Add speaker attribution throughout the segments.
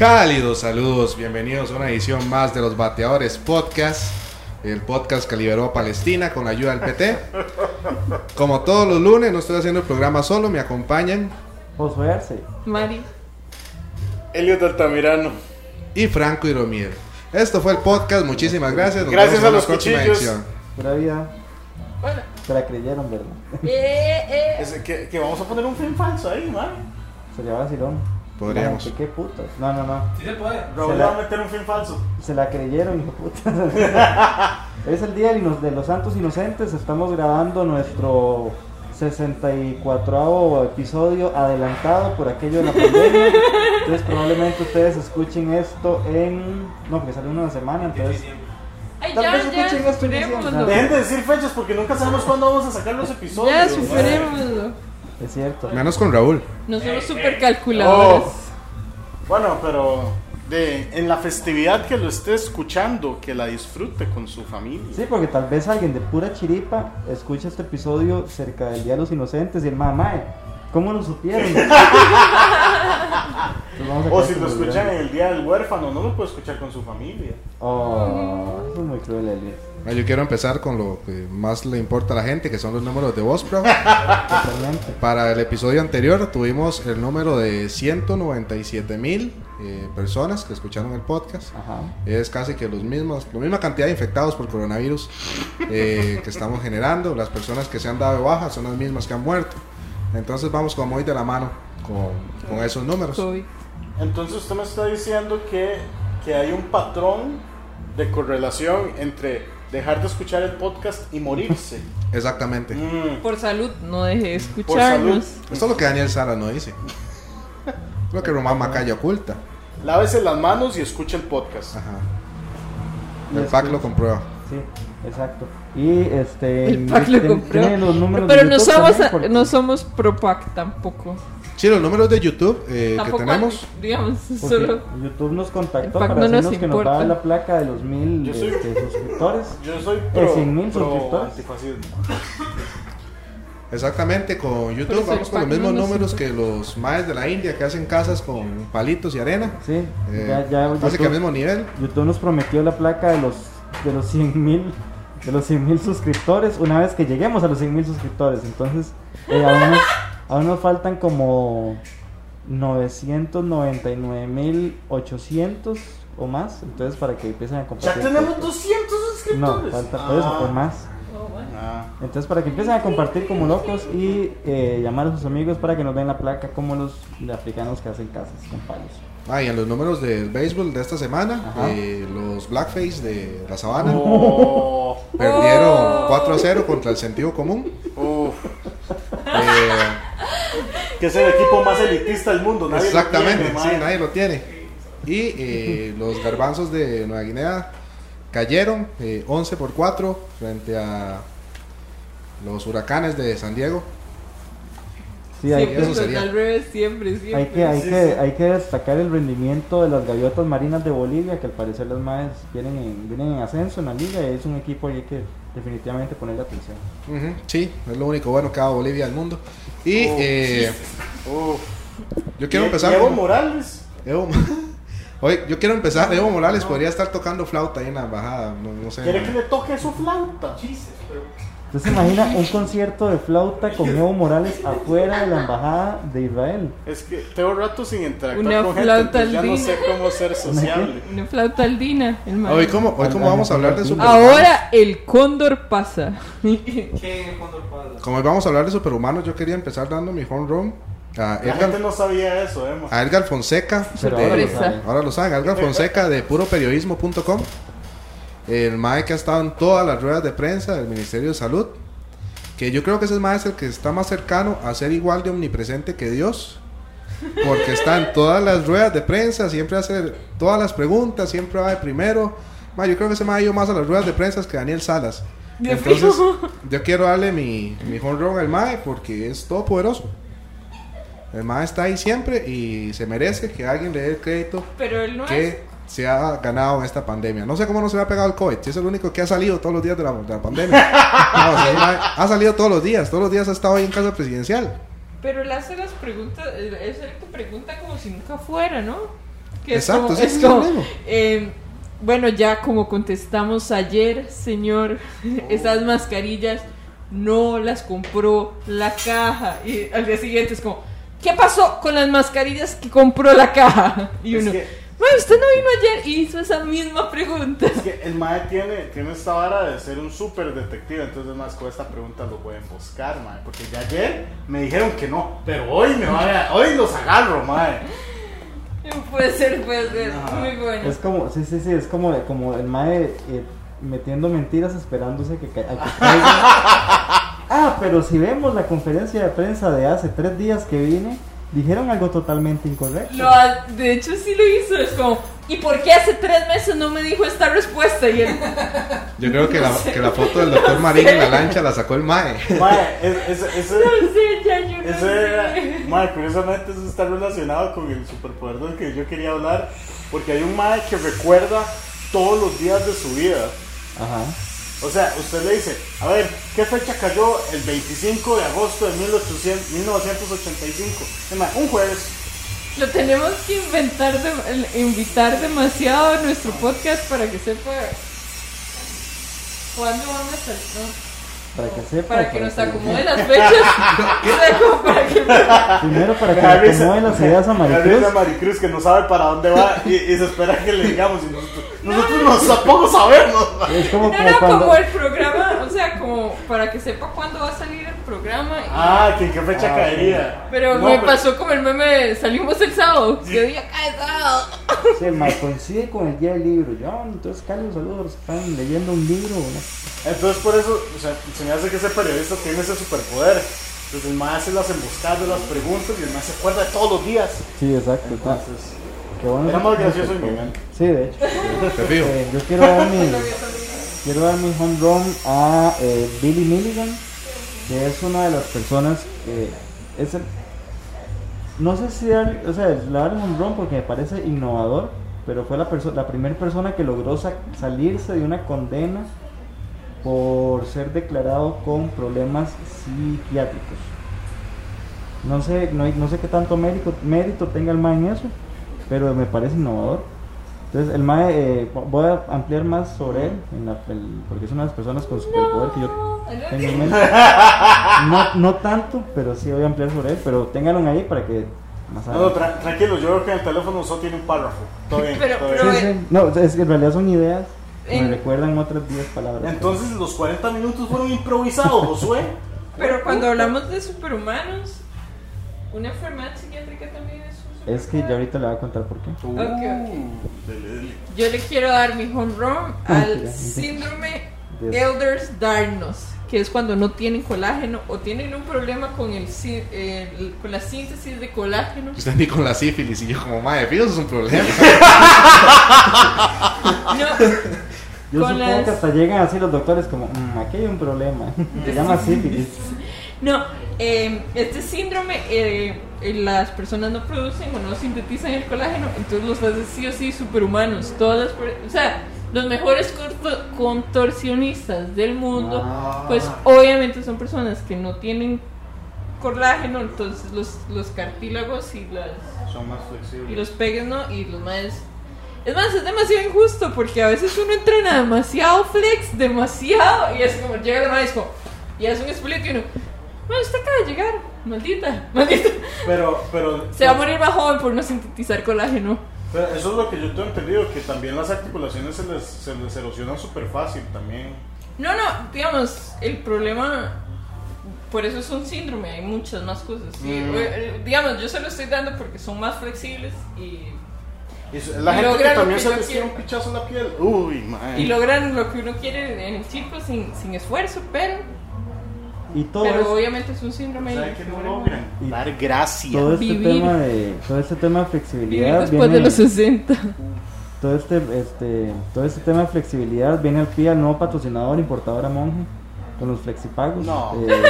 Speaker 1: Cálidos saludos, bienvenidos a una edición más de los Bateadores Podcast, el podcast que liberó a Palestina con la ayuda del PT. Como todos los lunes, no estoy haciendo el programa solo, me acompañan
Speaker 2: Josué Arce.
Speaker 3: Mari.
Speaker 4: Elliot Altamirano.
Speaker 1: y Franco Iromiel. Esto fue el podcast, muchísimas gracias. nos vemos
Speaker 4: Gracias
Speaker 1: en
Speaker 4: a
Speaker 1: la
Speaker 4: los
Speaker 1: próxima
Speaker 4: cuchillos.
Speaker 2: Pura vida. Se la creyeron, ¿verdad?
Speaker 3: Eh, eh.
Speaker 4: Ese, que, que vamos a poner un fin falso ahí, man.
Speaker 2: Sería vacilón.
Speaker 1: Podríamos.
Speaker 2: La gente, qué putas. No, no, no.
Speaker 4: Raúl
Speaker 2: Se la-
Speaker 4: va a meter un fin falso.
Speaker 2: Se la creyeron, hijo putas. es el día de los- de los santos inocentes. Estamos grabando nuestro 64 episodio adelantado por aquello de la pandemia. Entonces, probablemente ustedes escuchen esto en. No, porque sale una semana, entonces.
Speaker 3: Ay,
Speaker 2: Tal
Speaker 3: ya,
Speaker 2: vez
Speaker 3: ya,
Speaker 2: escuchen esto en
Speaker 3: superémoslo.
Speaker 2: diciembre.
Speaker 4: Dejen de decir fechas porque nunca sabemos cuándo vamos a sacar los episodios.
Speaker 3: Ya,
Speaker 4: man.
Speaker 3: superémoslo.
Speaker 2: Es cierto.
Speaker 1: Menos con Raúl.
Speaker 3: No
Speaker 2: Eh,
Speaker 3: somos super calculadores.
Speaker 4: Oh. Bueno, pero de, en la festividad que lo esté escuchando, que la disfrute con su familia.
Speaker 2: Sí, porque tal vez alguien de pura chiripa escucha este episodio cerca del Día de los Inocentes y el mamá, eh, ¿cómo lo supieron? Entonces vamos a
Speaker 4: O
Speaker 2: acabar
Speaker 4: si
Speaker 2: con
Speaker 4: lo
Speaker 2: los
Speaker 4: escuchan en
Speaker 2: grandes.
Speaker 4: el Día del Huérfano, no lo puede escuchar con su familia.
Speaker 2: Oh, eso es muy cruel, Elliot.
Speaker 1: Ah, Yo quiero empezar con lo que más le importa a la gente, que son los números de Vospro.
Speaker 4: Ah.
Speaker 2: Totalmente.
Speaker 1: Para el episodio anterior tuvimos el número de 197 mil eh, personas que escucharon el podcast.
Speaker 2: Ajá.
Speaker 1: Es casi que los mismos, la misma cantidad de infectados por coronavirus eh, que estamos generando. Las personas que se han dado de baja son las mismas que han muerto. Entonces vamos como muy de la mano con, con esos números.
Speaker 2: oh.
Speaker 3: COVID.
Speaker 4: Entonces usted me está diciendo que, que hay un patrón de correlación entre dejar de escuchar el podcast y morirse.
Speaker 1: Exactamente.
Speaker 4: Mm.
Speaker 3: Por salud, no deje de
Speaker 4: Por salud.
Speaker 3: escucharnos.
Speaker 1: Esto es lo que Daniel Sara no dice. Es Lo que Román Macaya oculta.
Speaker 4: Lávese las manos y escuche el podcast.
Speaker 1: Ajá.
Speaker 2: Y
Speaker 1: El
Speaker 2: es
Speaker 1: PAC
Speaker 2: que-
Speaker 1: lo comprueba.
Speaker 2: Sí, exacto. Y este.
Speaker 3: El PAC lo
Speaker 2: tiene-
Speaker 3: compró.
Speaker 2: tiene los números de
Speaker 3: Pero no
Speaker 2: YouTube
Speaker 3: somos,
Speaker 2: también, porque-
Speaker 3: no somos pro PAC tampoco.
Speaker 1: Sí, los números de YouTube eh, que
Speaker 3: tampoco,
Speaker 1: Eh, tenemos.
Speaker 3: digamos,
Speaker 2: porque
Speaker 3: solo.
Speaker 2: YouTube nos contactó
Speaker 3: El PAC
Speaker 2: para
Speaker 3: no nos
Speaker 2: decirnos que nos
Speaker 3: importa.
Speaker 2: daba la placa de los mil
Speaker 4: Yo soy-
Speaker 2: este, suscriptores.
Speaker 4: Yo soy pro,
Speaker 2: 100.000
Speaker 4: pro
Speaker 2: suscriptores.
Speaker 4: antifascismo.
Speaker 1: Exactamente, con YouTube
Speaker 3: Pero
Speaker 1: vamos
Speaker 3: el
Speaker 1: con los
Speaker 3: pack no
Speaker 1: mismos
Speaker 3: nos
Speaker 1: números
Speaker 3: sirve.
Speaker 1: que los maes de la India que hacen casas con palitos y arena.
Speaker 2: Sí,
Speaker 1: Eh,
Speaker 2: ya, ya.
Speaker 1: casi que
Speaker 2: YouTube-
Speaker 1: al mismo nivel.
Speaker 2: YouTube nos prometió la placa de los de los 100 mil de los 100 suscriptores una vez que lleguemos a los 100 mil suscriptores entonces eh, aún, nos, aún nos faltan como 999.800 o más entonces para que empiecen a
Speaker 4: Ya
Speaker 2: compartir
Speaker 4: tenemos
Speaker 2: porque-
Speaker 4: 200
Speaker 2: no
Speaker 4: suscriptores.
Speaker 2: falta por eso por más
Speaker 4: Ah.
Speaker 2: entonces para que empiecen a compartir como locos y eh, llamar a sus amigos para que nos den la placa como los de africanos que hacen casas con palos
Speaker 1: Ah, y en los números del béisbol de esta semana,
Speaker 2: Ajá.
Speaker 1: eh, los Blackface de la Sabana
Speaker 4: Oh,
Speaker 1: perdieron
Speaker 3: Oh.
Speaker 1: 4 a 0 contra el sentido común.
Speaker 4: uf.
Speaker 1: Eh,
Speaker 4: Que es el equipo más elitista del mundo. Nadie lo
Speaker 1: exactamente,
Speaker 4: tiene,
Speaker 1: sí,
Speaker 4: mae.
Speaker 1: nadie lo tiene. Y eh, los garbanzos de Nueva Guinea cayeron eh, 11 por 4 frente a los huracanes de San Diego.
Speaker 2: sí, hay
Speaker 1: eso
Speaker 3: siempre, pues,
Speaker 1: sería.
Speaker 3: al revés, siempre, siempre.
Speaker 2: Hay que, hay,
Speaker 4: Sí,
Speaker 2: que,
Speaker 4: sí.
Speaker 2: hay que destacar el rendimiento de las gaviotas marinas de Bolivia, que al parecer las madres vienen en, vienen en ascenso en la liga y es un equipo ahí que definitivamente ponerle atención.
Speaker 1: Ujú, sí, es lo único bueno que ha dado Bolivia al mundo. Y
Speaker 4: Oh,
Speaker 1: eh,
Speaker 4: Uf.
Speaker 1: yo quiero
Speaker 4: Y-
Speaker 1: empezar.
Speaker 4: y Evo
Speaker 1: con-
Speaker 4: Morales.
Speaker 1: Evo- Oye, yo quiero empezar. Evo Morales podría estar tocando flauta ahí en la embajada. No, no sé.
Speaker 4: ¿Quiere que le toque su flauta?
Speaker 2: Entonces imagina un concierto de flauta con Evo Morales afuera de la embajada de Israel.
Speaker 4: Es que tengo rato sin interactuar
Speaker 3: Una
Speaker 4: con gente,
Speaker 3: flauta
Speaker 4: entonces
Speaker 3: al
Speaker 4: ya no
Speaker 3: día.
Speaker 4: sé cómo ser sociable.
Speaker 3: Una flauta aldina, el man.
Speaker 1: Hoy, ¿cómo, hoy cómo vamos a hablar de superhumanos?
Speaker 3: Ahora el cóndor pasa.
Speaker 1: Como hoy vamos a hablar de superhumanos, yo quería empezar dando mi home run a
Speaker 4: La gente
Speaker 1: Edgar,
Speaker 4: no sabía eso, ¿eh? Emma.
Speaker 1: a Edgar Fonseca.
Speaker 2: Pero
Speaker 1: de-
Speaker 2: ahora lo
Speaker 3: Sorpresa.
Speaker 2: saben.
Speaker 1: ahora lo saben, Edgar Fonseca de puroperiodismo.com. El MAE que ha estado en todas las ruedas de prensa del Ministerio de Salud. Que yo creo que ese MAE es el que está más cercano a ser igual de omnipresente que Dios. Porque está en todas las ruedas de prensa, siempre hace todas las preguntas, siempre va de primero. Ma, yo creo que ese MAE ha ido más a las ruedas de prensa que Daniel Salas.
Speaker 3: De
Speaker 1: Entonces,
Speaker 3: fijo.
Speaker 1: yo quiero darle mi, mi home run al MAE porque es todopoderoso. El MAE está ahí siempre y se merece que alguien le dé el crédito
Speaker 3: Pero él no es.
Speaker 1: que se ha ganado en esta pandemia. No sé cómo no se le ha pegado el COVID. Si es el único que ha salido todos los días de la, de la pandemia. No, o sea, el mae ha salido todos los días. Todos los días ha estado ahí en casa presidencial.
Speaker 3: Pero él hace las preguntas, es el que pregunta como si nunca fuera, ¿no? Que es
Speaker 1: Exacto,
Speaker 3: como-
Speaker 1: sí,
Speaker 3: es
Speaker 1: sí, es lo
Speaker 3: como,
Speaker 1: mismo.
Speaker 3: eh, bueno, ya como contestamos ayer, señor,
Speaker 1: Oh.
Speaker 3: esas mascarillas no las compró la caja. Y al día siguiente es como, ¿qué pasó con las mascarillas que compró la caja? Y
Speaker 4: Es
Speaker 3: uno,
Speaker 4: que-
Speaker 3: "Mae, usted no vino ayer y hizo esa misma pregunta.
Speaker 4: Es que el mae tiene, tiene esta vara de ser un súper detective, entonces más con esta pregunta lo pueden buscar, mae, porque ya ayer me dijeron que no, pero hoy me van a, hoy los agarro, mae.
Speaker 3: Puede ser, puede ser,
Speaker 4: Ajá.
Speaker 3: muy bueno.
Speaker 2: Es como, sí, sí, sí, es como, como el mae eh, metiendo mentiras esperándose que, ca- a que caiga. ah, pero si vemos la conferencia de prensa de hace tres días que vine, dijeron algo totalmente incorrecto.
Speaker 3: Lo ha- de hecho sí lo hizo, es como, ¿y por qué hace tres meses no me dijo esta respuesta? Y él,
Speaker 1: Yo creo que la, que la foto del doctor Marín en la lancha la sacó el Mae.
Speaker 4: Mae, es- es- ese,
Speaker 3: no sé, ya yo no
Speaker 4: ese era-
Speaker 3: sé.
Speaker 4: mae, curiosamente eso está relacionado con el superpoder del que yo quería hablar, porque hay un mae que recuerda todos los días de su vida.
Speaker 2: Ajá.
Speaker 4: O sea, usted le dice, a ver, ¿qué fecha cayó el 25 de agosto de 1800 1985? Es más, un jueves.
Speaker 3: Lo tenemos que inventar, de- invitar demasiado a nuestro podcast para que sepa cuándo van a estar. no,
Speaker 2: Para que sepa.
Speaker 3: para que nos acomode las fechas. O sea, como para que-
Speaker 2: Primero para
Speaker 4: Me
Speaker 2: que
Speaker 4: da
Speaker 2: le
Speaker 4: risa-
Speaker 2: acomoden las ideas a
Speaker 4: me da risa
Speaker 2: Maricruz.
Speaker 4: Maricruz que no sabe para dónde va y, y se espera que le digamos. Y nosotros, nosotros nos- tampoco sabemos.
Speaker 2: Es como,
Speaker 3: No,
Speaker 2: como
Speaker 3: no,
Speaker 2: cuando.
Speaker 3: como el programa, o sea, como para que sepa cuándo va a salir el programa. y-
Speaker 4: Ah, que en qué fecha
Speaker 2: Ah,
Speaker 4: caería.
Speaker 3: pero
Speaker 4: No,
Speaker 3: me pasó como el meme, de, salimos el sábado. ¿Qué día cae el sábado?
Speaker 2: Sí, el mae coincide con el día del libro. Yo, "Ah, entonces, Carlos, saludos a los que están leyendo un libro. ¿no?
Speaker 4: Entonces, por eso, o sea, se me hace que ese periodista tiene ese superpoder. Entonces, el más hace las emboscadas, las preguntas y el más se acuerda de todos los días.
Speaker 2: Sí, exacto. está.
Speaker 4: Entonces,
Speaker 2: Qué bueno.
Speaker 4: era más gracioso en mi mente.
Speaker 2: Sí, de hecho.
Speaker 1: Te fijo.
Speaker 2: Eh, yo quiero dar mi, quiero dar mi home run a eh, Billy Milligan, que es una de las personas eh, es el- no sé si dar, o sea, le dar el home run porque me parece innovador, pero fue la, perso- la primera persona que logró sa- salirse de una condena por ser declarado con problemas psiquiátricos. No sé, no, hay- no sé qué tanto mérito, mérito tenga el MAE en eso, pero me parece innovador. Entonces, el MAE, eh, voy a ampliar más sobre él, en la- el- porque es una de las personas con superpoder que yo tengo en mente. No, no tanto, pero sí voy a ampliar sobre él, pero ténganlo ahí para que más
Speaker 4: No, no,
Speaker 2: adelante.
Speaker 4: tra- tranquilo, yo creo que en el teléfono solo tiene un párrafo. Todo bien,
Speaker 3: Pero-
Speaker 4: todo
Speaker 3: pero-
Speaker 4: bien.
Speaker 2: Sí, sí, no, es que en realidad son ideas, me
Speaker 3: eh, En-
Speaker 2: recuerdan otras 10 palabras.
Speaker 4: Entonces, los 40 minutos fueron improvisados, Josué.
Speaker 3: Pero cuando hablamos de superhumanos, una enfermedad psiquiátrica también es un
Speaker 2: Es que ya ahorita le voy a contar por qué.
Speaker 4: Uh, dele, dele.
Speaker 3: Yo le quiero dar mi home run al síndrome Elders Darnos, que es cuando no tienen colágeno o tienen un problema con, el, sí- el- con la síntesis de colágeno.
Speaker 1: Usted ni con la sífilis y yo como Mae, fijo, eso es un problema.
Speaker 2: Yo
Speaker 3: No, Con
Speaker 2: supongo
Speaker 3: las-
Speaker 2: que hasta llegan así los doctores como, "Mm, aquí hay un problema, se llama sífilis.
Speaker 3: no eh, este síndrome eh, eh, las personas no producen o no sintetizan el colágeno, entonces los hace sí o sí superhumanos. Todas las, per- o sea, los mejores corto- contorsionistas del mundo.
Speaker 4: Ah.
Speaker 3: Pues obviamente son personas que no tienen colágeno, entonces los, los cartílagos y, las,
Speaker 4: Son más
Speaker 3: y
Speaker 4: flexibles.
Speaker 3: los pegues, ¿no? Y los más... Es más, es demasiado injusto porque a veces uno entrena demasiado flex, demasiado, y es como llega el maestro y hace un split y uno... Bueno, usted acaba de llegar, maldita, maldita.
Speaker 4: Pero, pero,
Speaker 3: Se va a morir más joven por no sintetizar colágeno.
Speaker 4: pero eso es lo que yo tengo entendido, que también las articulaciones se les, se les erosionan súper fácil también.
Speaker 3: No, no, digamos, el problema, por eso es un síndrome, hay muchas más cosas. sí.
Speaker 4: Mm.
Speaker 3: Eh, eh, Digamos, yo se lo estoy dando porque son más flexibles y,
Speaker 4: Y es- la
Speaker 3: Y
Speaker 4: gente que
Speaker 3: logran lo
Speaker 4: también
Speaker 3: que
Speaker 4: se
Speaker 3: yo
Speaker 4: les tira un
Speaker 3: quiero.
Speaker 4: pichazo en la piel. Uy, mae.
Speaker 3: y logran lo que uno quiere en el chico sin, sin esfuerzo, pero,
Speaker 2: Y todo,
Speaker 3: pero
Speaker 2: es-
Speaker 3: obviamente es un síndrome.
Speaker 4: ¿Saben qué no
Speaker 3: bueno,
Speaker 4: logran?
Speaker 2: Y-
Speaker 4: Dar gracias.
Speaker 2: todo este
Speaker 3: Vivir.
Speaker 2: tema de, todo este tema de
Speaker 3: Vivir
Speaker 2: flexibilidad
Speaker 3: después
Speaker 2: viene-
Speaker 3: de los 60.
Speaker 2: todo este, este, todo este tema de flexibilidad viene al pie al nuevo patrocinador, importadora monje, con los flexipagos.
Speaker 4: No.
Speaker 2: eh,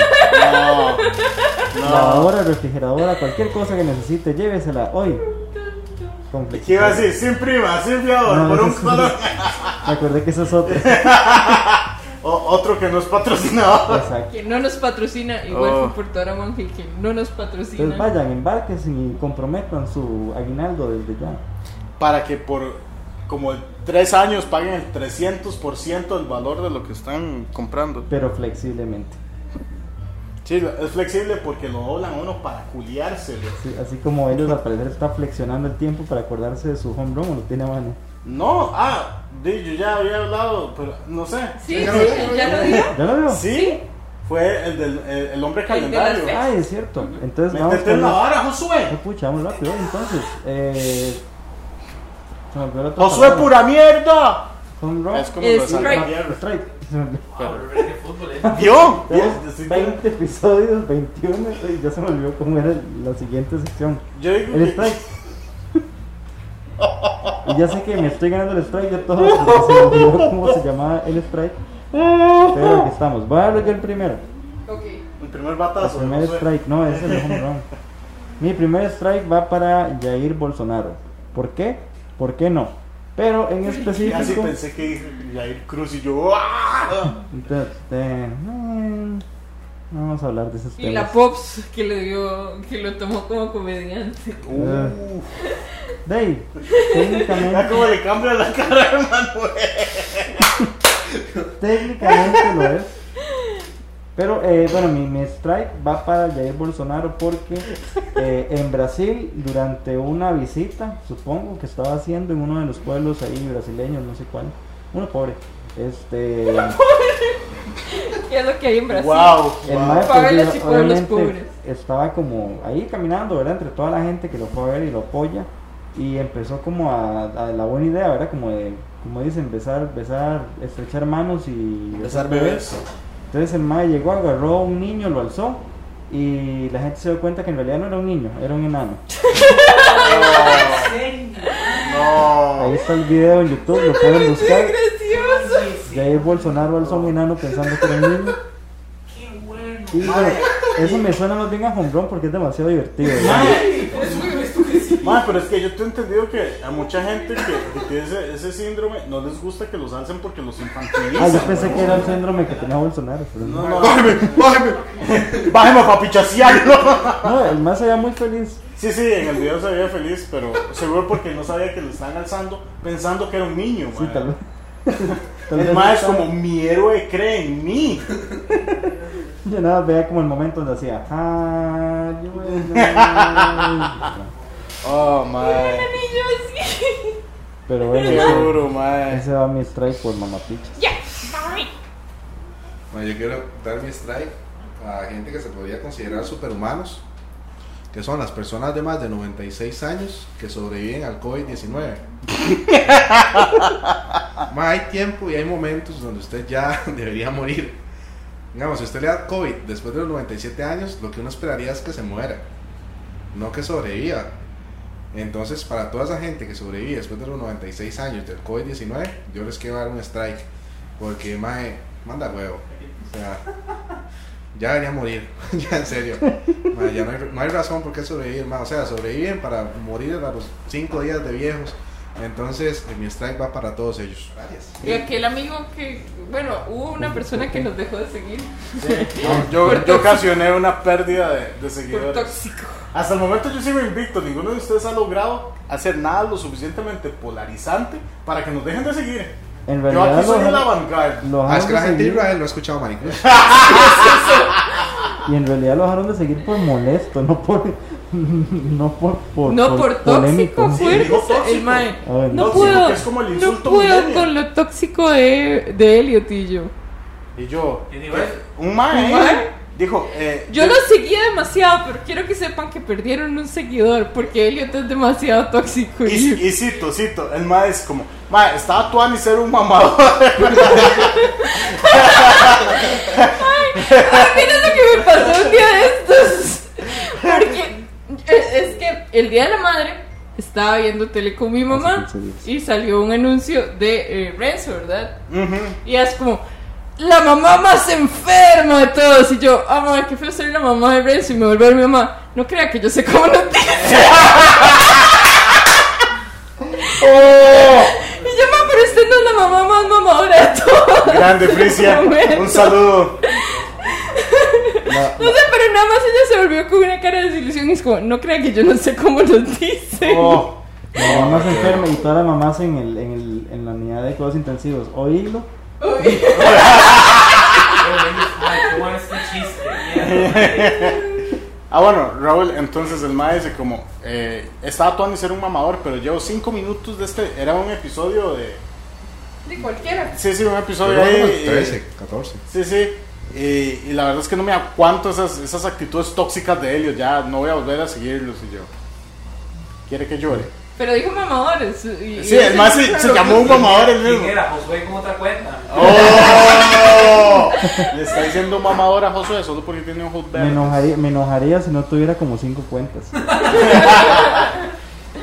Speaker 4: No, no.
Speaker 2: lavadora, refrigeradora, cualquier cosa que necesite, llévesela hoy. Con
Speaker 4: ¿Y ¿Qué iba a
Speaker 2: Flexipagos.
Speaker 4: decir? Sin prima, sin fiador,
Speaker 2: No,
Speaker 4: por un
Speaker 2: ese es-
Speaker 4: color.
Speaker 2: Me acordé que eso es otro.
Speaker 4: O- otro que no es patrocinador.
Speaker 2: Exacto.
Speaker 3: Que no nos patrocina, igual
Speaker 4: Oh.
Speaker 3: que Portadora Monje, que no nos
Speaker 2: Entonces
Speaker 3: patrocina.
Speaker 2: vayan, embarquen y comprometan su aguinaldo desde ya.
Speaker 4: para que por como tres años paguen el 300% del valor de lo que están comprando.
Speaker 2: pero flexiblemente.
Speaker 4: Sí, es flexible porque lo doblan a uno para culiárselo.
Speaker 2: Sí, así como ellos al parecer está flexionando el tiempo para acordarse de su home run o lo tiene a mano.
Speaker 4: No, ah, di, yo ya había hablado, pero no sé.
Speaker 3: Sí, sí, ya lo dijo.
Speaker 2: ¿Ya lo veo?
Speaker 4: Sí, fue el del el, el hombre
Speaker 3: El de las
Speaker 4: calendario.
Speaker 3: fechas.
Speaker 2: Ay, Ah, es cierto. Entonces vamos
Speaker 4: Métete
Speaker 2: con
Speaker 4: en la
Speaker 2: la... Eh,
Speaker 4: vara, Josué.
Speaker 2: pucha, vamos rápido entonces. Eh... se me olvidó la otra
Speaker 4: Josué
Speaker 2: palabra.
Speaker 4: pura mierda.
Speaker 2: Home run.
Speaker 4: Es como lo de
Speaker 3: Strike.
Speaker 4: Santa
Speaker 2: Ah,
Speaker 4: Tierra.
Speaker 2: Strike. Se me olvidó.
Speaker 4: ¿Vio?
Speaker 2: Tenemos
Speaker 4: Sí,
Speaker 2: 20 episodios, 21, y ya se me olvidó cómo era la siguiente sección.
Speaker 4: Yo digo
Speaker 2: El
Speaker 4: que-
Speaker 2: strike. Y ya sé que me estoy ganando el strike de todos porque se me olvidó cómo se llamaba el strike. Pero aquí estamos. Voy a darle yo el primero.
Speaker 3: Ok.
Speaker 4: El primer
Speaker 2: El
Speaker 4: batazo.
Speaker 2: primer
Speaker 4: Josué.
Speaker 2: strike, no, ese es el home run. Mi primer strike va para Jair Bolsonaro. ¿Por qué? ¿Por qué no? Pero en
Speaker 4: Y así
Speaker 2: específico.
Speaker 4: pensé que Jair Cruz y yo. ¡ah!
Speaker 2: Entonces, eh, no vamos a hablar de esos
Speaker 3: Y la
Speaker 2: temas.
Speaker 3: Pops que le dio, que lo tomó como comediante.
Speaker 2: Ah.
Speaker 4: Uh.
Speaker 2: Dave,
Speaker 4: Mira
Speaker 2: técnicamente.
Speaker 4: cómo le cambia la cara a Manuel.
Speaker 2: Técnicamente lo es. Pero eh, bueno, mi, mi strike va para Jair Bolsonaro porque eh, en Brasil, durante una visita, supongo que estaba haciendo en uno de los pueblos ahí brasileños, no sé cuál, uno pobre, este,
Speaker 3: ¿Qué es lo que hay en Brasil?
Speaker 4: Wow.
Speaker 2: el maestro
Speaker 3: Pueblos y pueblos pobres.
Speaker 2: estaba como ahí caminando, ¿verdad? Entre toda la gente que lo fue a ver y lo apoya y empezó como a, a la buena idea, ¿verdad? Como de, como dicen, besar, besar, estrechar manos y
Speaker 4: Besar bebés.
Speaker 2: Entonces el mae llegó, agarró a un niño, lo alzó y la gente se dio cuenta que en realidad no era un niño, era un enano. Ahí
Speaker 4: No.
Speaker 2: está el video en YouTube, lo pueden buscar.
Speaker 3: Gracioso.
Speaker 2: Y ahí Bolsonaro alzó a un enano pensando que era un niño. Y bueno, eso me suena más bien a Hombrón porque es demasiado divertido. ¿verdad?
Speaker 4: Ma, pero es que yo te he entendido que a mucha gente que, que tiene ese, ese síndrome no les gusta que los alcen porque los infantilizan.
Speaker 2: Ah, yo pensé
Speaker 4: güey.
Speaker 2: que era el síndrome que tenía Bolsonaro. Pero
Speaker 4: No,
Speaker 2: no.
Speaker 4: no, bájeme, bájeme. Bájeme para pichasearlo.
Speaker 2: No, el más allá muy feliz.
Speaker 4: Sí, sí, en el video se veía feliz, pero seguro porque no sabía que lo estaban alzando pensando que era un niño,
Speaker 2: Sí,
Speaker 4: ma.
Speaker 2: tal vez. Tal
Speaker 4: El
Speaker 2: vez
Speaker 4: ma es
Speaker 2: estaba-
Speaker 4: como mi héroe cree en mí.
Speaker 2: Yo nada, veía como el momento donde hacía. "Ah, yo era-".
Speaker 4: Oh, madre.
Speaker 3: Niños, sí.
Speaker 2: Pero bueno,
Speaker 4: Qué
Speaker 2: ese,
Speaker 4: duro, madre.
Speaker 2: ese va mi strike pues, por mamapichas.
Speaker 3: Ya.
Speaker 1: Ma, yo quiero dar mi strike a gente que se podría considerar superhumanos, que son las personas de más de 96 años que sobreviven al COVID-19. Ma, hay tiempo y hay momentos donde usted ya debería morir. Digamos, si usted le da COVID después de los 97 años, lo que uno esperaría es que se muera, no que sobreviva. Entonces, para toda esa gente que sobrevive después de los 96 años del COVID-19, yo les quiero dar un strike. Porque, mae, manda huevo. O sea, ya debería morir. ya, en serio. Mae, ya no hay, no hay razón por qué sobrevivir, mae. O sea, sobreviven para morir a los 5 días de viejos. Entonces, eh, mi strike va para todos ellos. Gracias.
Speaker 3: Y aquel amigo que, bueno, hubo
Speaker 2: Pues,
Speaker 3: una persona que nos dejó de seguir
Speaker 4: Yo,
Speaker 3: Por
Speaker 4: yo
Speaker 3: tóxico.
Speaker 4: ocasioné una pérdida de, de
Speaker 3: por
Speaker 4: seguidores.
Speaker 3: tóxico.
Speaker 4: Hasta el momento yo sigo invicto. Ninguno de ustedes ha logrado hacer nada lo suficientemente polarizante para que nos dejen de seguir.
Speaker 2: En
Speaker 4: Yo
Speaker 2: realidad,
Speaker 4: aquí soy el
Speaker 2: lo,
Speaker 4: avant-garde.
Speaker 2: lo
Speaker 1: Ah, es que la gente de
Speaker 2: dejaron de seguir,
Speaker 1: Israel no ha escuchado maricón.
Speaker 2: y en realidad lo dejaron de seguir por molesto, no por. No por. por
Speaker 3: No por tóxico
Speaker 2: polémico.
Speaker 3: fue
Speaker 4: digo tóxico.
Speaker 3: el mae.
Speaker 2: A ver,
Speaker 3: No
Speaker 4: tóxico,
Speaker 3: puedo,
Speaker 4: que es como el
Speaker 3: no
Speaker 4: insulto
Speaker 3: puedo
Speaker 4: millennial.
Speaker 3: con lo tóxico de, de Elliot y yo.
Speaker 4: Y yo, eh,
Speaker 5: ¿Quién iba a ir?
Speaker 4: un mae,
Speaker 3: ¿Un mae?
Speaker 4: ¿eh? dijo, eh,
Speaker 3: Yo lo seguía demasiado, pero quiero que sepan que perdieron un seguidor porque Elliot es demasiado tóxico.
Speaker 4: y,
Speaker 3: Y,
Speaker 4: y cito, cito, el mae es como, mae, estaba tú a ni ser un mamador.
Speaker 3: Ay, mira lo que me pasó un día de estos. Porque es, es que el día de la madre estaba viendo tele con mi mamá
Speaker 2: Hace 15 días.
Speaker 3: y salió un anuncio de eh, Renzo, ¿verdad?
Speaker 4: Ujú.
Speaker 3: Y es como, la mamá más enferma de todos. Y yo, ah, madre, qué feo ser la mamá de Renzo. Y me volvió a mi mamá, no crea que yo sé cómo noticias. Y yo, mamá, pero usted no es la mamá más mamadora de todos.
Speaker 4: Grande Frisia,
Speaker 3: Momento.
Speaker 4: un saludo.
Speaker 2: La-
Speaker 3: No sé, pero nada más ella se volvió con una cara de desilusión. Y es como, no crea que yo no sé cómo noticias.
Speaker 4: Oh,
Speaker 2: La mamá se enferma y todas las mamás en, el, en, el, en la unidad de cuidados intensivos. Oírlo.
Speaker 5: Ay, qué bueno este chiste. mierda.
Speaker 4: Ah, bueno, Raúl, entonces el mae dice como, eh, estaba actuando y ser un mamador, pero llevo cinco minutos de este, era un episodio de...
Speaker 3: De cualquiera.
Speaker 4: Sí, sí, un episodio
Speaker 1: Pero
Speaker 4: ahí...
Speaker 1: como
Speaker 4: eh,
Speaker 1: 13, 14.
Speaker 4: Sí, sí. Y, y la verdad es que no me aguanto esas, esas actitudes tóxicas de Helios. Ya no voy a volver a seguirlos. Y yo, ¿quiere que llore?
Speaker 3: Pero dijo mamadores. y- y-
Speaker 4: Sí, es más, se, se llamó un mamador el
Speaker 5: ¿Quién
Speaker 4: mismo.
Speaker 5: era? Josué con otra cuenta.
Speaker 4: ¡Oh! Le está diciendo mamador a Josué solo porque tiene ojos
Speaker 2: Me
Speaker 4: verdes.
Speaker 2: enojaría, me enojaría si no tuviera como cinco cuentas.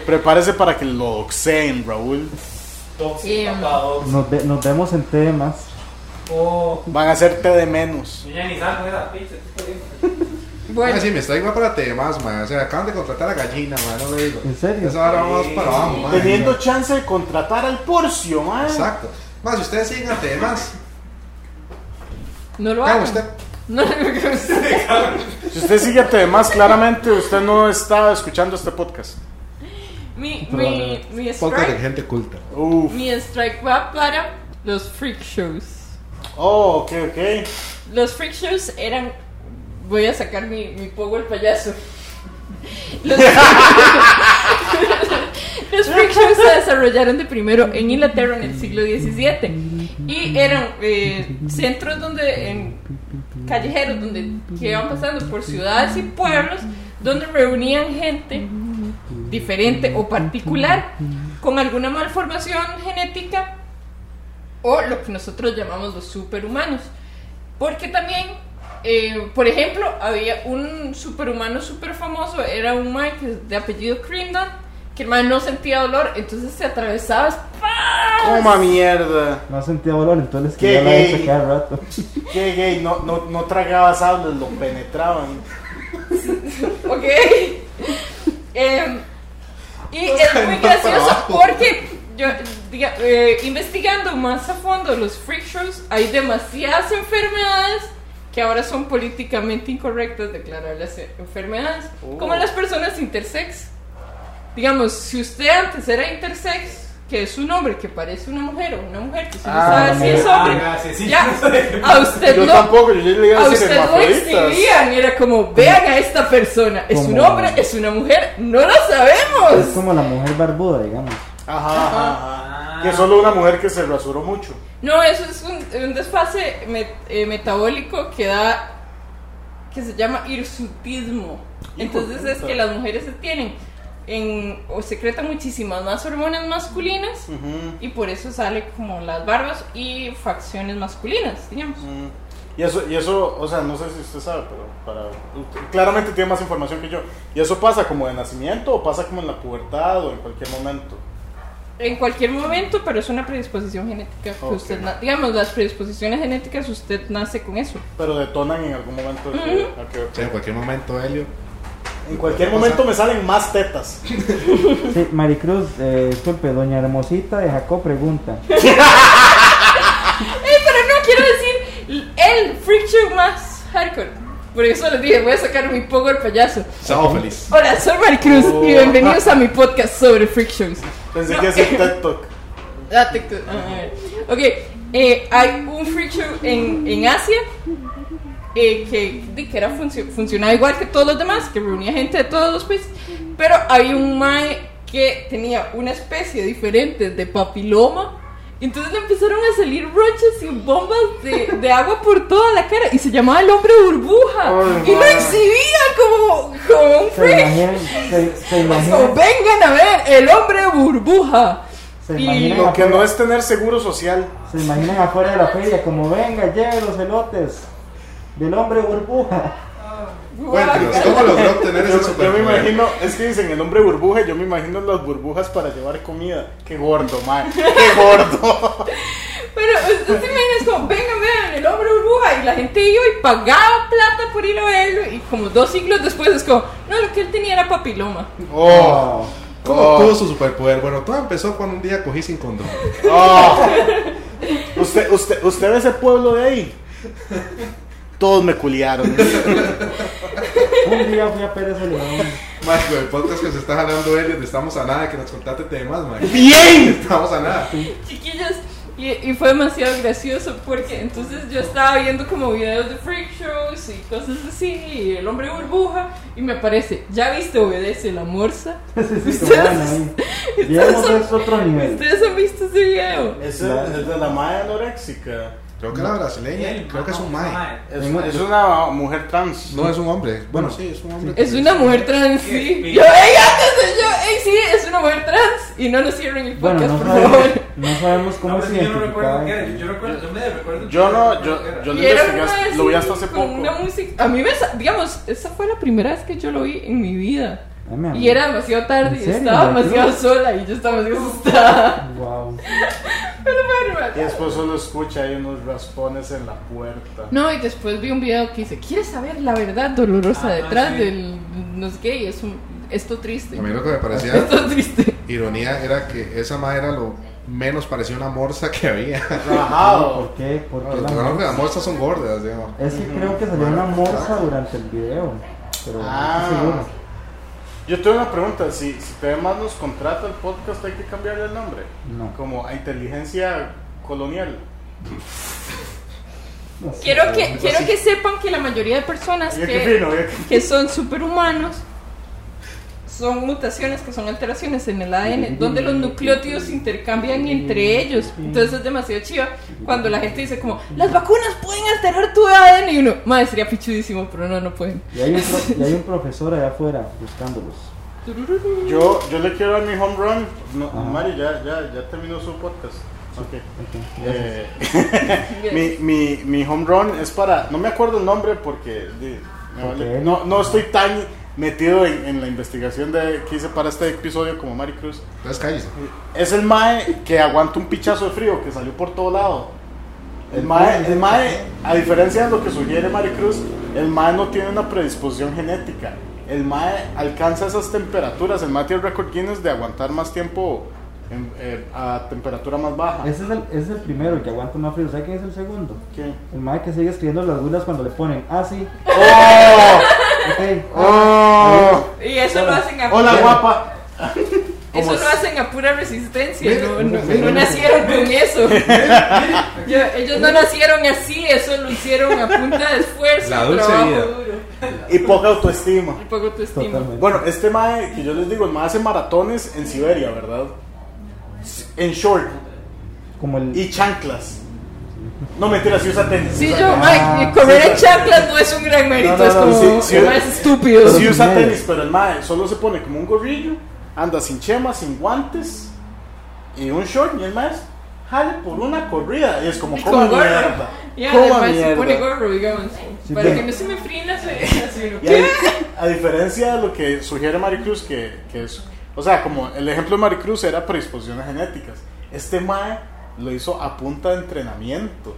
Speaker 4: Prepárese para que lo doxeen, Raúl.
Speaker 3: Sí.
Speaker 5: Tóxico, papá, tóxico.
Speaker 2: Nos, ve- nos vemos en temas.
Speaker 5: Oh,
Speaker 4: Van a hacerte de menos.
Speaker 5: yo ya ni salgo de la pizza. estoy jodido.
Speaker 1: Ah,
Speaker 3: Bueno,
Speaker 1: sí, me está igual para temas, man. O sea, acaban de contratar a Gallina, man. No le digo.
Speaker 2: ¿En serio?
Speaker 1: Eso ahora vamos para abajo, man.
Speaker 4: Teniendo chance de contratar al Porcio, ¿eh? man.
Speaker 1: Exacto. Más, si ustedes siguen a temas,
Speaker 3: no lo
Speaker 1: claro,
Speaker 3: hago.
Speaker 1: usted.
Speaker 3: No lo hago.
Speaker 4: Si usted sigue a Temas, claramente usted no está escuchando este podcast.
Speaker 3: Mi, mi, mi
Speaker 1: Podcast de
Speaker 3: strike.
Speaker 1: gente culta.
Speaker 4: Uf.
Speaker 3: Mi strike va para los freak shows.
Speaker 4: Oh, ok, ok.
Speaker 3: Los freak shows eran. Voy a sacar mi, mi pogo el payaso. Los, Los freak shows se desarrollaron de primero en Inglaterra en el siglo XVII y eran eh, centros donde, en callejeros donde que iban pasando por ciudades y pueblos donde reunían gente diferente o particular con alguna malformación genética o lo que nosotros llamamos los superhumanos. Porque también, eh, por ejemplo, había un superhumano súper famoso, era un Mike de apellido Crindon, que el man no sentía dolor, entonces se atravesaba. ¡pam!
Speaker 4: Coma mierda.
Speaker 2: No sentía valor, entonces
Speaker 4: Qué
Speaker 2: quería la
Speaker 4: gay.
Speaker 2: S cada rato.
Speaker 4: Qué gay, no, no, no tragaba sables, lo penetraban.
Speaker 3: Ok. Em, y es muy gracioso porque yo, diga- eh, investigando más a fondo los freak shows, hay demasiadas enfermedades que ahora son políticamente incorrectas declarar las eh, enfermedades,
Speaker 4: Oh.
Speaker 3: como las personas intersex. Digamos, si usted antes era intersex, que es un hombre que parece una mujer o una mujer que se no
Speaker 4: Ah,
Speaker 3: sabe si es
Speaker 5: Ah,
Speaker 3: hombre,
Speaker 5: gracias, sí,
Speaker 3: ya,
Speaker 5: no sé.
Speaker 3: a usted
Speaker 4: Yo
Speaker 3: no.
Speaker 4: tampoco, yo ya le iba
Speaker 3: A
Speaker 4: a decir
Speaker 3: usted lo
Speaker 4: hermafroditas.
Speaker 3: exhibían, era como, vean a esta persona, es un
Speaker 2: Como-
Speaker 3: hombre, es una mujer, no lo
Speaker 2: Es
Speaker 3: sabemos.
Speaker 2: como la mujer barbuda, digamos.
Speaker 4: Ajá, ajá, ajá. Que solo una mujer que se rasuró mucho.
Speaker 3: No, eso es un, un desfase met- eh, metabólico que da, que se llama hirsutismo.
Speaker 4: de
Speaker 3: Entonces es
Speaker 4: puta.
Speaker 3: que las mujeres se tienen en, o secretan muchísimas más hormonas masculinas
Speaker 4: Ujú,
Speaker 3: y por eso sale como las barbas y facciones masculinas, digamos.
Speaker 4: ujú. Y eso, y eso, o sea, no sé si usted sabe, pero para, usted claramente tiene más información que yo. ¿Y eso pasa como de nacimiento o pasa como en la pubertad o en cualquier momento?
Speaker 3: En cualquier momento, pero es una predisposición genética que
Speaker 4: Ok.
Speaker 3: usted, na- digamos, las predisposiciones genéticas usted nace con eso.
Speaker 4: Pero detonan en algún momento. de-
Speaker 3: Ujú.
Speaker 4: ok,
Speaker 1: O
Speaker 4: ok.
Speaker 1: sea, en cualquier momento, Helio.
Speaker 4: En cualquier momento me salen más tetas.
Speaker 2: Sí, Maricruz, eh, disculpe, doña Hermosita de Jacob pregunta.
Speaker 3: Eh, pero no quiero decir el freak show más hardcore. Por eso les dije, voy a sacar mi pogo el payaso.
Speaker 1: Sábado feliz.
Speaker 3: Hola, soy Maricruz
Speaker 4: Oh.
Speaker 3: y bienvenidos a mi podcast sobre freak shows.
Speaker 4: Pensé
Speaker 3: No,
Speaker 4: que
Speaker 3: eh,
Speaker 4: hacía TED Talk.
Speaker 3: Ah, te- ah, ah. Ok, eh, hay un freak show en, en Asia eh, que, di que era funcio- funcionaba igual que todos los demás, que reunía gente de todos los países, pero había un mae que tenía una especie diferente de papiloma. Entonces le empezaron a salir roches y bombas de, de agua por toda la cara y se llamaba el hombre burbuja
Speaker 4: Ay,
Speaker 3: y lo
Speaker 4: mae.
Speaker 3: exhibía como, como un
Speaker 2: Se
Speaker 3: freak.
Speaker 2: imaginan, se, se
Speaker 3: Eso,
Speaker 2: imaginan,
Speaker 3: vengan a ver el hombre burbuja.
Speaker 2: se
Speaker 3: Y
Speaker 2: imaginan
Speaker 4: Lo que
Speaker 2: afuera,
Speaker 4: no es tener seguro social.
Speaker 2: se imaginan afuera de la feria, como venga, lleve los elotes del hombre burbuja.
Speaker 1: Cuéntenos, ¿cómo logró obtener
Speaker 4: Yo,
Speaker 1: ese
Speaker 4: yo me
Speaker 1: superpoder?
Speaker 4: imagino, es que dicen el nombre burbuja, yo me imagino las burbujas para llevar comida. Qué gordo, man. Qué gordo.
Speaker 3: Pero eh, usted se imagina es como, vengan, vean, el hombre burbuja. Y la gente iba y pagaba plata por ir a verlo. Y como dos siglos después es como, no, lo que él tenía era papiloma.
Speaker 4: Oh,
Speaker 1: ¿Cómo
Speaker 4: Oh.
Speaker 1: obtuvo su superpoder? Bueno, todo empezó cuando un día cogí sin condón.
Speaker 4: oh. Usted, usted, usted ve ese pueblo de ahí. Todos me culiaron.
Speaker 2: Un día fui a Pérez León.
Speaker 1: Mae, con el podcast que se está jalando él, estamos a nada de que nos contate temas, mae.
Speaker 4: ¡Bien!
Speaker 1: Estamos a nada.
Speaker 3: Chiquillos, y, y fue demasiado gracioso porque entonces yo estaba viendo como videos de freak shows y cosas así, y el hombre burbuja, y me aparece, ¿ya viste obedece la morsa?
Speaker 2: Sí, como van ahí.
Speaker 3: Ustedes,
Speaker 2: Llegamos a
Speaker 3: han-
Speaker 2: este otro nivel.
Speaker 3: ustedes han visto ese video.
Speaker 4: Es,
Speaker 2: La-
Speaker 4: es de la madre anoréxica.
Speaker 1: Creo que era brasileña, creo que es un mae.
Speaker 4: Es, es una mujer trans.
Speaker 1: No es un hombre. Bueno, sí, es un hombre.
Speaker 3: Es una mujer trans, sí.
Speaker 5: Qué
Speaker 3: Yo, ey, antes de yo, ey, sí, es una mujer trans. Y no nos cierren el
Speaker 2: Bueno,
Speaker 3: podcast,
Speaker 2: no
Speaker 3: por favor.
Speaker 2: sabemos, no sabemos cómo
Speaker 5: No,
Speaker 2: se
Speaker 5: pero es que yo no recuerdo
Speaker 2: identificaba.
Speaker 5: qué era. Yo, yo recuerdo, yo me recuerdo.
Speaker 4: Yo no,
Speaker 5: recuerdo qué
Speaker 4: yo,
Speaker 5: era.
Speaker 4: yo no
Speaker 3: Y era
Speaker 4: investigué,
Speaker 3: una
Speaker 4: hasta-
Speaker 3: vez
Speaker 4: lo vi hasta hace
Speaker 3: con
Speaker 4: poco.
Speaker 3: Una música, a mí me, sa- digamos, esa fue la primera vez que yo lo vi en mi vida.
Speaker 2: Ay, mi
Speaker 3: Y era demasiado tarde,
Speaker 2: Ah, ¿En
Speaker 3: y
Speaker 2: serio?
Speaker 3: estaba
Speaker 2: ¿En
Speaker 3: demasiado
Speaker 2: serio?
Speaker 3: sola y yo estaba demasiado asustada.
Speaker 2: amigo. Wow.
Speaker 3: Pero bueno,
Speaker 4: Y después solo escucha ahí unos raspones en la puerta.
Speaker 3: No, y después vi un video que dice, ¿quieres saber la verdad dolorosa
Speaker 5: Ah,
Speaker 3: detrás
Speaker 5: sí.
Speaker 3: del no sé qué? Y es un, esto triste.
Speaker 1: A mí lo que me parecía
Speaker 3: Esto triste.
Speaker 1: ironía era que esa mae era lo menos parecía una morsa que había.
Speaker 4: Rajado.
Speaker 2: ¿Por qué? ¿Por
Speaker 1: Ah,
Speaker 2: qué la
Speaker 1: Claro que
Speaker 2: morsa?
Speaker 1: las morsas son gordas, digamos.
Speaker 2: Es que creo que salió una morsa durante el video. Pero no
Speaker 4: Ah.
Speaker 2: estoy seguro.
Speaker 4: Yo tengo una pregunta, si, si TV más nos contrata el podcast hay que cambiarle el nombre.
Speaker 2: No.
Speaker 4: Como a inteligencia colonial.
Speaker 2: no sé.
Speaker 3: Quiero que, quiero que sepan que la mayoría de personas
Speaker 4: Oye,
Speaker 3: que,
Speaker 4: qué fino, eh. oye, qué-
Speaker 3: que son superhumanos son mutaciones que son alteraciones en el ADN donde los nucleótidos se intercambian entre ellos. Entonces es demasiado chido cuando la gente dice como, las vacunas pueden alterar tu ADN y uno, madre, sería pichudísimo, pero no, no pueden.
Speaker 2: Y hay, un pro- y hay un profesor allá afuera buscándolos.
Speaker 4: Yo, yo le quiero dar mi home run. No,
Speaker 2: Ajá.
Speaker 4: Mari, ya, ya, ya terminó su podcast. Ok.
Speaker 2: Ok, gracias.
Speaker 4: Eh, mi, mi, mi home run es para. No me acuerdo el nombre porque. di- me vale.
Speaker 2: Ok.
Speaker 4: no, no estoy tan metido en, en la investigación de, que hice para este episodio como Mari Cruz.
Speaker 1: Entonces cállese.
Speaker 4: Es el Mae que aguanta un pichazo de frío que salió por todo lado. El mae, el mae, a diferencia de lo que sugiere Maricruz, el Mae no tiene una predisposición genética. El Mae alcanza esas temperaturas. El Mae tiene el récord Guinness de aguantar más tiempo en- eh, a temperatura más baja.
Speaker 2: Ese es el, ese es el primero, el que aguanta más frío. ¿Sabe quién es el segundo?
Speaker 4: ¿Qué?
Speaker 2: El mae que sigue escribiendo las bulas cuando le ponen, ah, sí,
Speaker 4: ¡Oh!
Speaker 2: ok.
Speaker 4: ¡Oh!
Speaker 3: Y eso lo hacen a
Speaker 4: ¡Hola,
Speaker 3: pura-
Speaker 4: guapa!
Speaker 3: Eso
Speaker 4: ¿Cómo es?
Speaker 3: lo hacen a pura resistencia,
Speaker 1: Mira,
Speaker 3: no, no-
Speaker 2: mira,
Speaker 3: no
Speaker 2: mira.
Speaker 3: nacieron con eso. Yo- ellos no nacieron así, eso lo hicieron a punta de esfuerzo,
Speaker 1: La
Speaker 3: y
Speaker 1: dulce
Speaker 3: trabajo
Speaker 1: vida.
Speaker 3: duro.
Speaker 4: Y poca autoestima.
Speaker 3: Y poco autoestima.
Speaker 2: Totalmente.
Speaker 4: Bueno, este mae que yo les digo, el mae hace maratones en Siberia, ¿verdad? En short
Speaker 2: Como el.
Speaker 4: y chanclas. No mentira, si usa tenis. Ah.
Speaker 3: Sí,
Speaker 4: usa
Speaker 3: yo, ah.
Speaker 4: tenis.
Speaker 3: Mike, correr en chanclas no es un gran mérito,
Speaker 4: No, no,
Speaker 3: es
Speaker 4: no,
Speaker 3: como
Speaker 4: sí, sí.
Speaker 3: más estúpido.
Speaker 4: Sí usa
Speaker 2: Primero.
Speaker 4: tenis, pero el mae solo se pone como un gorrillo, anda sin chema, sin guantes y un short y el mae es, jale por una corrida y es como
Speaker 3: Y
Speaker 4: como
Speaker 3: con gorro.
Speaker 4: mierda.
Speaker 3: Y
Speaker 4: coma
Speaker 3: además se pone
Speaker 4: mierda.
Speaker 3: gorro, digamos.
Speaker 2: Sí,
Speaker 3: para
Speaker 2: pero-
Speaker 3: que no se me fríen las orejas. y uno,
Speaker 4: Y ahí- a diferencia de lo que sugiere Maricruz, que, que es, o sea, como el ejemplo de Maricruz era predisposiciones genéticas, este mae lo hizo a punta de entrenamiento.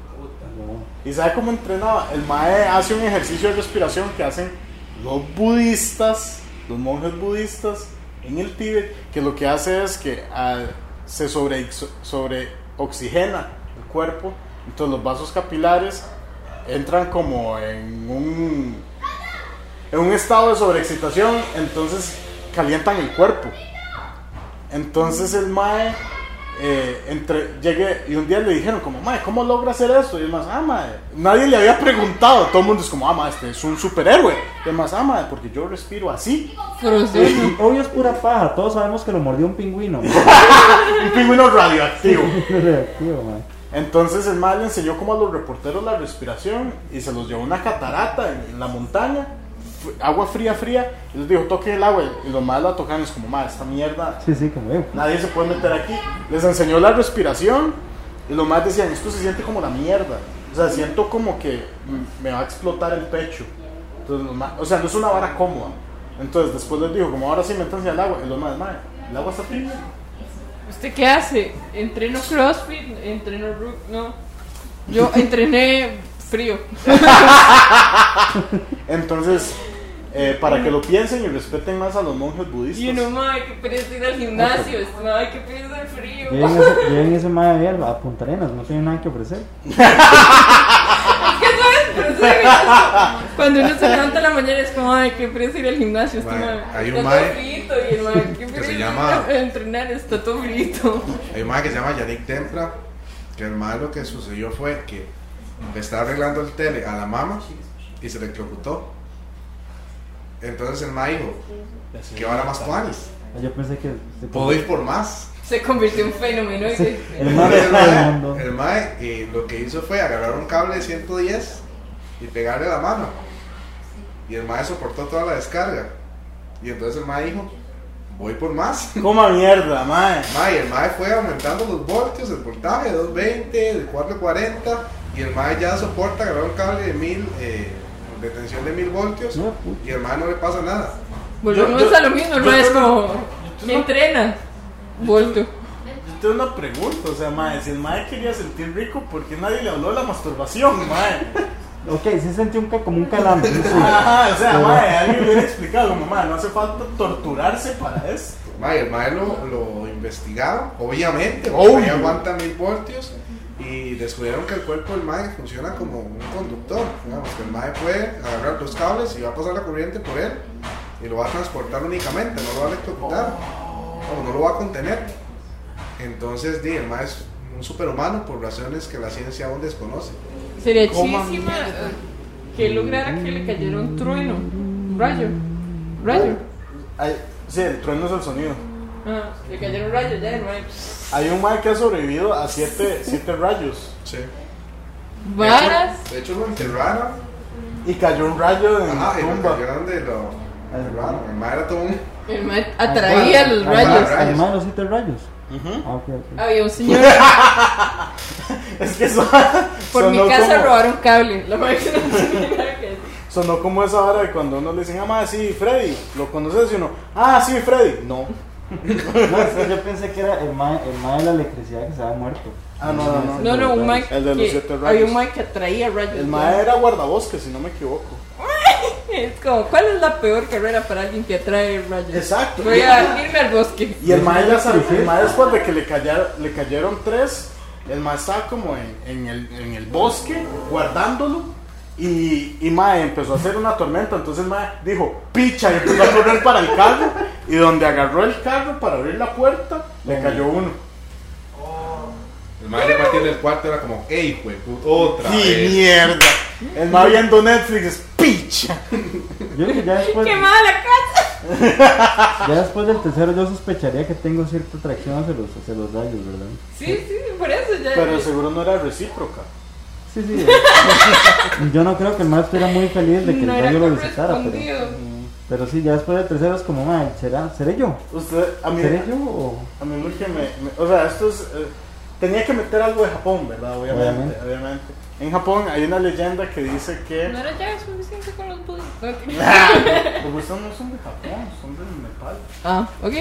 Speaker 4: ¿Y sabe cómo entrenaba? El mae hace un ejercicio de respiración que hacen los budistas, los monjes budistas en el Tíbet, que lo que hace es que ah, se sobre, sobre oxigena el cuerpo, entonces los vasos capilares entran como en un, en un estado de sobreexcitación, entonces calientan el cuerpo. Entonces el mae eh, entre, llegué y un día le dijeron como, mae, ¿cómo logra hacer esto? Y el más, ah, mae, nadie le había preguntado, todo el mundo es como, ah, mae, este es un superhéroe. Y el más, ah, mae, porque yo respiro así.
Speaker 3: frozoso.
Speaker 2: Obvio es pura paja, todos sabemos que lo mordió un pingüino.
Speaker 4: Un pingüino radioactivo.
Speaker 2: Reactivo, mae.
Speaker 4: Entonces el mae le enseñó como a los reporteros la respiración y se los llevó a una catarata en, en la montaña, fu- agua fría, fría, y les dijo, toque el agua. Y los más la tocan y es como, mae, esta mierda
Speaker 2: Sí, sí, como yo.
Speaker 4: Nadie se puede meter aquí. Les enseñó la respiración y los más decían, esto se siente como la mierda. O sea, siento como que mm, me va a explotar el pecho. Entonces, los ma- o sea, no es una vara cómoda. Entonces después les dijo, como ahora sí, métanse al agua. Y los más, "Mae, el agua está fría.
Speaker 3: ¿Usted qué hace? Entreno CrossFit, entreno Rook, no. Yo entrené frío.
Speaker 4: Entonces, eh, para que lo piensen y respeten más a los monjes budistas.
Speaker 3: Y uno, madre, qué pereza ir al gimnasio, madre, qué pereza el frío.
Speaker 2: Lleven ese, lleven ese mae ahí a Punta Arenas, no tiene nada que ofrecer.
Speaker 3: Pero eso Cuando uno se levanta en la mañana es como, ay, qué pereza ir al gimnasio. Este
Speaker 1: Mae,
Speaker 3: mae,
Speaker 1: hay un
Speaker 3: está
Speaker 1: mae
Speaker 3: todo frito y el mae, qué
Speaker 1: se
Speaker 3: pereza
Speaker 1: llama-
Speaker 3: ir a entrenar, está todo frito.
Speaker 1: Hay un mae que se llama Yannick Tempra, que el mae lo que sucedió fue que le estaba arreglando el tele a la mamá y se electrocutó. Entonces el mae dijo, ¿qué hora más planes?
Speaker 2: Ah, Yo pensé que. se-
Speaker 1: Puedo ir por más.
Speaker 3: Se convirtió en fenómeno. y-
Speaker 2: Sí, el mae
Speaker 1: Entonces, El
Speaker 2: está hablando.
Speaker 1: mae, el mae, eh, lo que hizo fue agarrar un cable de 110 y pegarle la mano. Y el mae soportó toda la descarga. Y entonces el mae dijo, voy por más.
Speaker 4: Coma mierda, mae.
Speaker 1: Mae, el mae fue aumentando los voltios, el voltaje de 220, de 440 y el mae ya soporta agarrar un cable de 1000 eh, de tensión de 1000 voltios
Speaker 2: No, Ah, puta.
Speaker 1: y el mae no le pasa nada.
Speaker 3: Volvemos
Speaker 4: Yo- yo-
Speaker 3: a lo mismo, el
Speaker 4: yo
Speaker 3: mae es
Speaker 4: tengo
Speaker 3: como,
Speaker 4: yo
Speaker 3: me
Speaker 4: tengo-
Speaker 3: entrena. Vuelto.
Speaker 4: Yo tengo una pregunta, o sea, mae, si el mae quería sentir rico, ¿por qué nadie le habló de la masturbación, mae?
Speaker 2: Ok, sí sentí un, ca- como un calambre. sí.
Speaker 4: Ajá, o sea,
Speaker 2: Pero-
Speaker 4: mae, alguien hubiera explicado, mamá, no hace falta torturarse para esto.
Speaker 1: Mae, el mae lo, lo investigaron, obviamente,
Speaker 4: Obvio.
Speaker 1: porque el mae aguanta 1000 voltios y descubrieron que el cuerpo del mae funciona como un conductor. Digamos que el mae puede agarrar los cables y va a pasar la corriente por él y lo va a transportar únicamente, no lo va a electrocutar o no lo va a contener. Entonces, di, el mae es un superhumano por razones que la ciencia aún desconoce.
Speaker 3: Sería
Speaker 4: Coma
Speaker 3: chísima eh, que lograra que le cayera un trueno, un rayo, un rayo.
Speaker 4: Ay, sí, el trueno es el sonido.
Speaker 3: Ah, le cayera un rayo ya, el mae.
Speaker 4: Hay un mae que ha sobrevivido a siete, siete rayos
Speaker 1: Sí.
Speaker 3: Varas.
Speaker 1: De hecho, lo enterraron.
Speaker 4: y cayó un rayo en
Speaker 1: Ajá,
Speaker 4: la
Speaker 1: y lo
Speaker 4: tumba.
Speaker 1: enterraron de lo. enterraron. El mae era todo un.
Speaker 3: El mae atraía los
Speaker 1: Al mar,
Speaker 3: rayos.
Speaker 1: rayos.
Speaker 2: Además de los siete rayos.
Speaker 4: Ujú.
Speaker 2: Ah, ok, ok.
Speaker 3: Había un señor
Speaker 4: Es que eso,
Speaker 3: por mi
Speaker 4: sonó
Speaker 3: casa
Speaker 4: como-
Speaker 3: robaron cable. La mae que no tenía nada que hacer.
Speaker 4: Sonó como esa hora de cuando uno le dicen, ah, ma, sí, Freddy, ¿lo conoces? Y uno, ah, sí, Freddy. No.
Speaker 2: No, es que yo pensé que era el mae, el mae de la electricidad que se había muerto.
Speaker 4: Ah, no, no, no.
Speaker 3: No, no, un mae
Speaker 4: El de los
Speaker 3: que-
Speaker 4: siete rayos.
Speaker 3: Había un mae que atraía rayos.
Speaker 4: El
Speaker 3: ya.
Speaker 4: mae era guardabosques, si no me equivoco.
Speaker 3: Es como, ¿cuál es la peor carrera para alguien que atrae rayos?
Speaker 4: Exacto.
Speaker 3: Voy a irme al bosque.
Speaker 4: Y el mae ya sal- el mae después de que le, callar- le cayeron tres, el mae estaba como en, en el, en el bosque, guardándolo. Y, y mae empezó a hacer una tormenta, entonces el mae dijo, picha, y empezó a correr para el carro. Y donde agarró el carro para abrir la puerta, le cayó uno.
Speaker 1: El mae le partió del cuarto, era como, ¡ey, güey! Otra.
Speaker 4: ¡Y
Speaker 1: vez".
Speaker 4: Oh, mierda! El mae viendo Netflix es picha.
Speaker 2: Yo creo que ya después,
Speaker 3: ¡Qué mala casa!
Speaker 2: ya después del tercero yo sospecharía que tengo cierta atracción hacia los, hacia los rayos, ¿verdad?
Speaker 3: Sí, sí, por eso ya.
Speaker 4: Pero seguro no era recíproca.
Speaker 2: Sí, sí. yo no creo que el mae estuviera muy feliz de que
Speaker 3: no
Speaker 2: el
Speaker 3: era
Speaker 2: rayo lo visitara, pero,
Speaker 3: correspondido.
Speaker 2: pero sí, ya después del tercero es como, mae, ¿será, ¿seré yo?
Speaker 4: Usted, a mí,
Speaker 2: ¿Seré yo o...?
Speaker 4: A mí lo que me, me- O sea, esto es. eh, tenía que meter algo de Japón, ¿verdad? Obviamente, obviamente.
Speaker 2: Obviamente.
Speaker 4: En Japón hay una leyenda que dice que.
Speaker 3: No era ya suficiente con los budos.
Speaker 4: Los budistas pues, no son de Japón, son de Nepal.
Speaker 3: Ah, ok.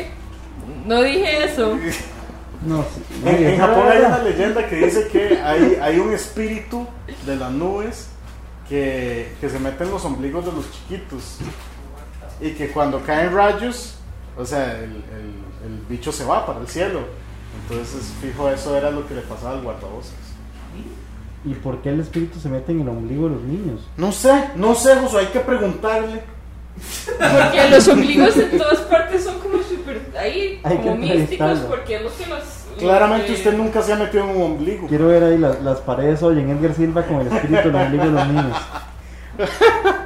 Speaker 3: No dije eso.
Speaker 2: No, sí.
Speaker 4: En, en
Speaker 2: Oye,
Speaker 4: Japón hay
Speaker 2: ¿verdad?
Speaker 4: una leyenda que dice que hay, hay un espíritu de las nubes que, que se mete en los ombligos de los chiquitos. Y que cuando caen rayos, o sea, el, el- el bicho se va para el cielo. Entonces, fijo, eso era lo que le pasaba al guardabosques.
Speaker 2: ¿Y por qué el espíritu se mete en el ombligo de los niños?
Speaker 4: No sé, no sé, José, hay que preguntarle.
Speaker 3: Porque los ombligos en todas partes son como súper. ahí,
Speaker 2: Hay
Speaker 3: como
Speaker 2: que
Speaker 3: místicos,
Speaker 2: entrevistarlo.
Speaker 3: porque es lo que los. los
Speaker 4: Claramente
Speaker 3: que-
Speaker 4: usted nunca se ha metido en un ombligo.
Speaker 2: Quiero ver ahí las, las paredes hoy en Edgar Silva con el espíritu del ombligo de los niños.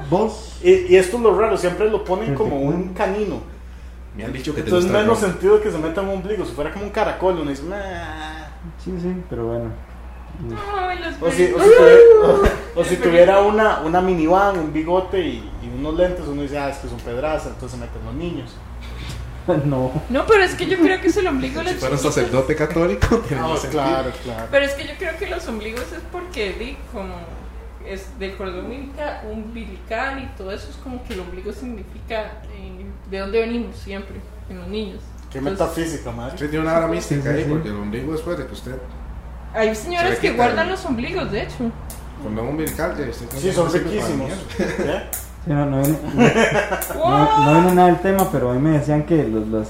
Speaker 2: Vos.
Speaker 4: Y, y esto es lo raro, siempre lo ponen
Speaker 2: Pero
Speaker 4: como
Speaker 2: te
Speaker 4: un canino.
Speaker 1: Me han dicho que te
Speaker 4: Entonces
Speaker 1: gusta el
Speaker 4: menos
Speaker 1: rock.
Speaker 4: sentido que se meta en un ombligo. Si fuera como un caracol, uno dice, "Nah".
Speaker 2: Sí, sí, pero bueno.
Speaker 3: Ay, los
Speaker 4: o, si, o si
Speaker 3: perritos.
Speaker 4: tuviera, o si tuviera una, una minivan, un bigote y, y unos lentes, uno dice, ah, es que son pedrazas, entonces se meten los niños.
Speaker 2: No.
Speaker 3: No, pero es que yo creo que es el ombligo de
Speaker 1: Si
Speaker 3: los
Speaker 1: fuera un
Speaker 3: chiquitos.
Speaker 1: sacerdote católico, tiene
Speaker 4: Ah,
Speaker 1: más sentido.
Speaker 4: claro, claro.
Speaker 3: Pero es que yo creo que los ombligos es porque, di, como es del cordón umbilica- umbilical y todo eso, es como que el ombligo significa eh, de dónde venimos siempre, en los niños.
Speaker 4: Qué
Speaker 3: Entonces,
Speaker 4: metafísica, madre.
Speaker 1: Usted tiene una hora mística
Speaker 2: Sí, sí,
Speaker 1: ahí,
Speaker 2: sí.
Speaker 1: porque el ombligo después de que usted,
Speaker 3: Hay
Speaker 1: Se
Speaker 3: señores
Speaker 1: le
Speaker 3: que
Speaker 1: quita
Speaker 3: guardan
Speaker 1: el-
Speaker 3: los ombligos, de hecho.
Speaker 1: con un umbilical, que usted
Speaker 4: Sí, son riquísimos.
Speaker 1: pues,
Speaker 4: ¿Eh?
Speaker 2: Sí, no, no viene, no- no viene nada del tema, pero a mí me decían que los. los-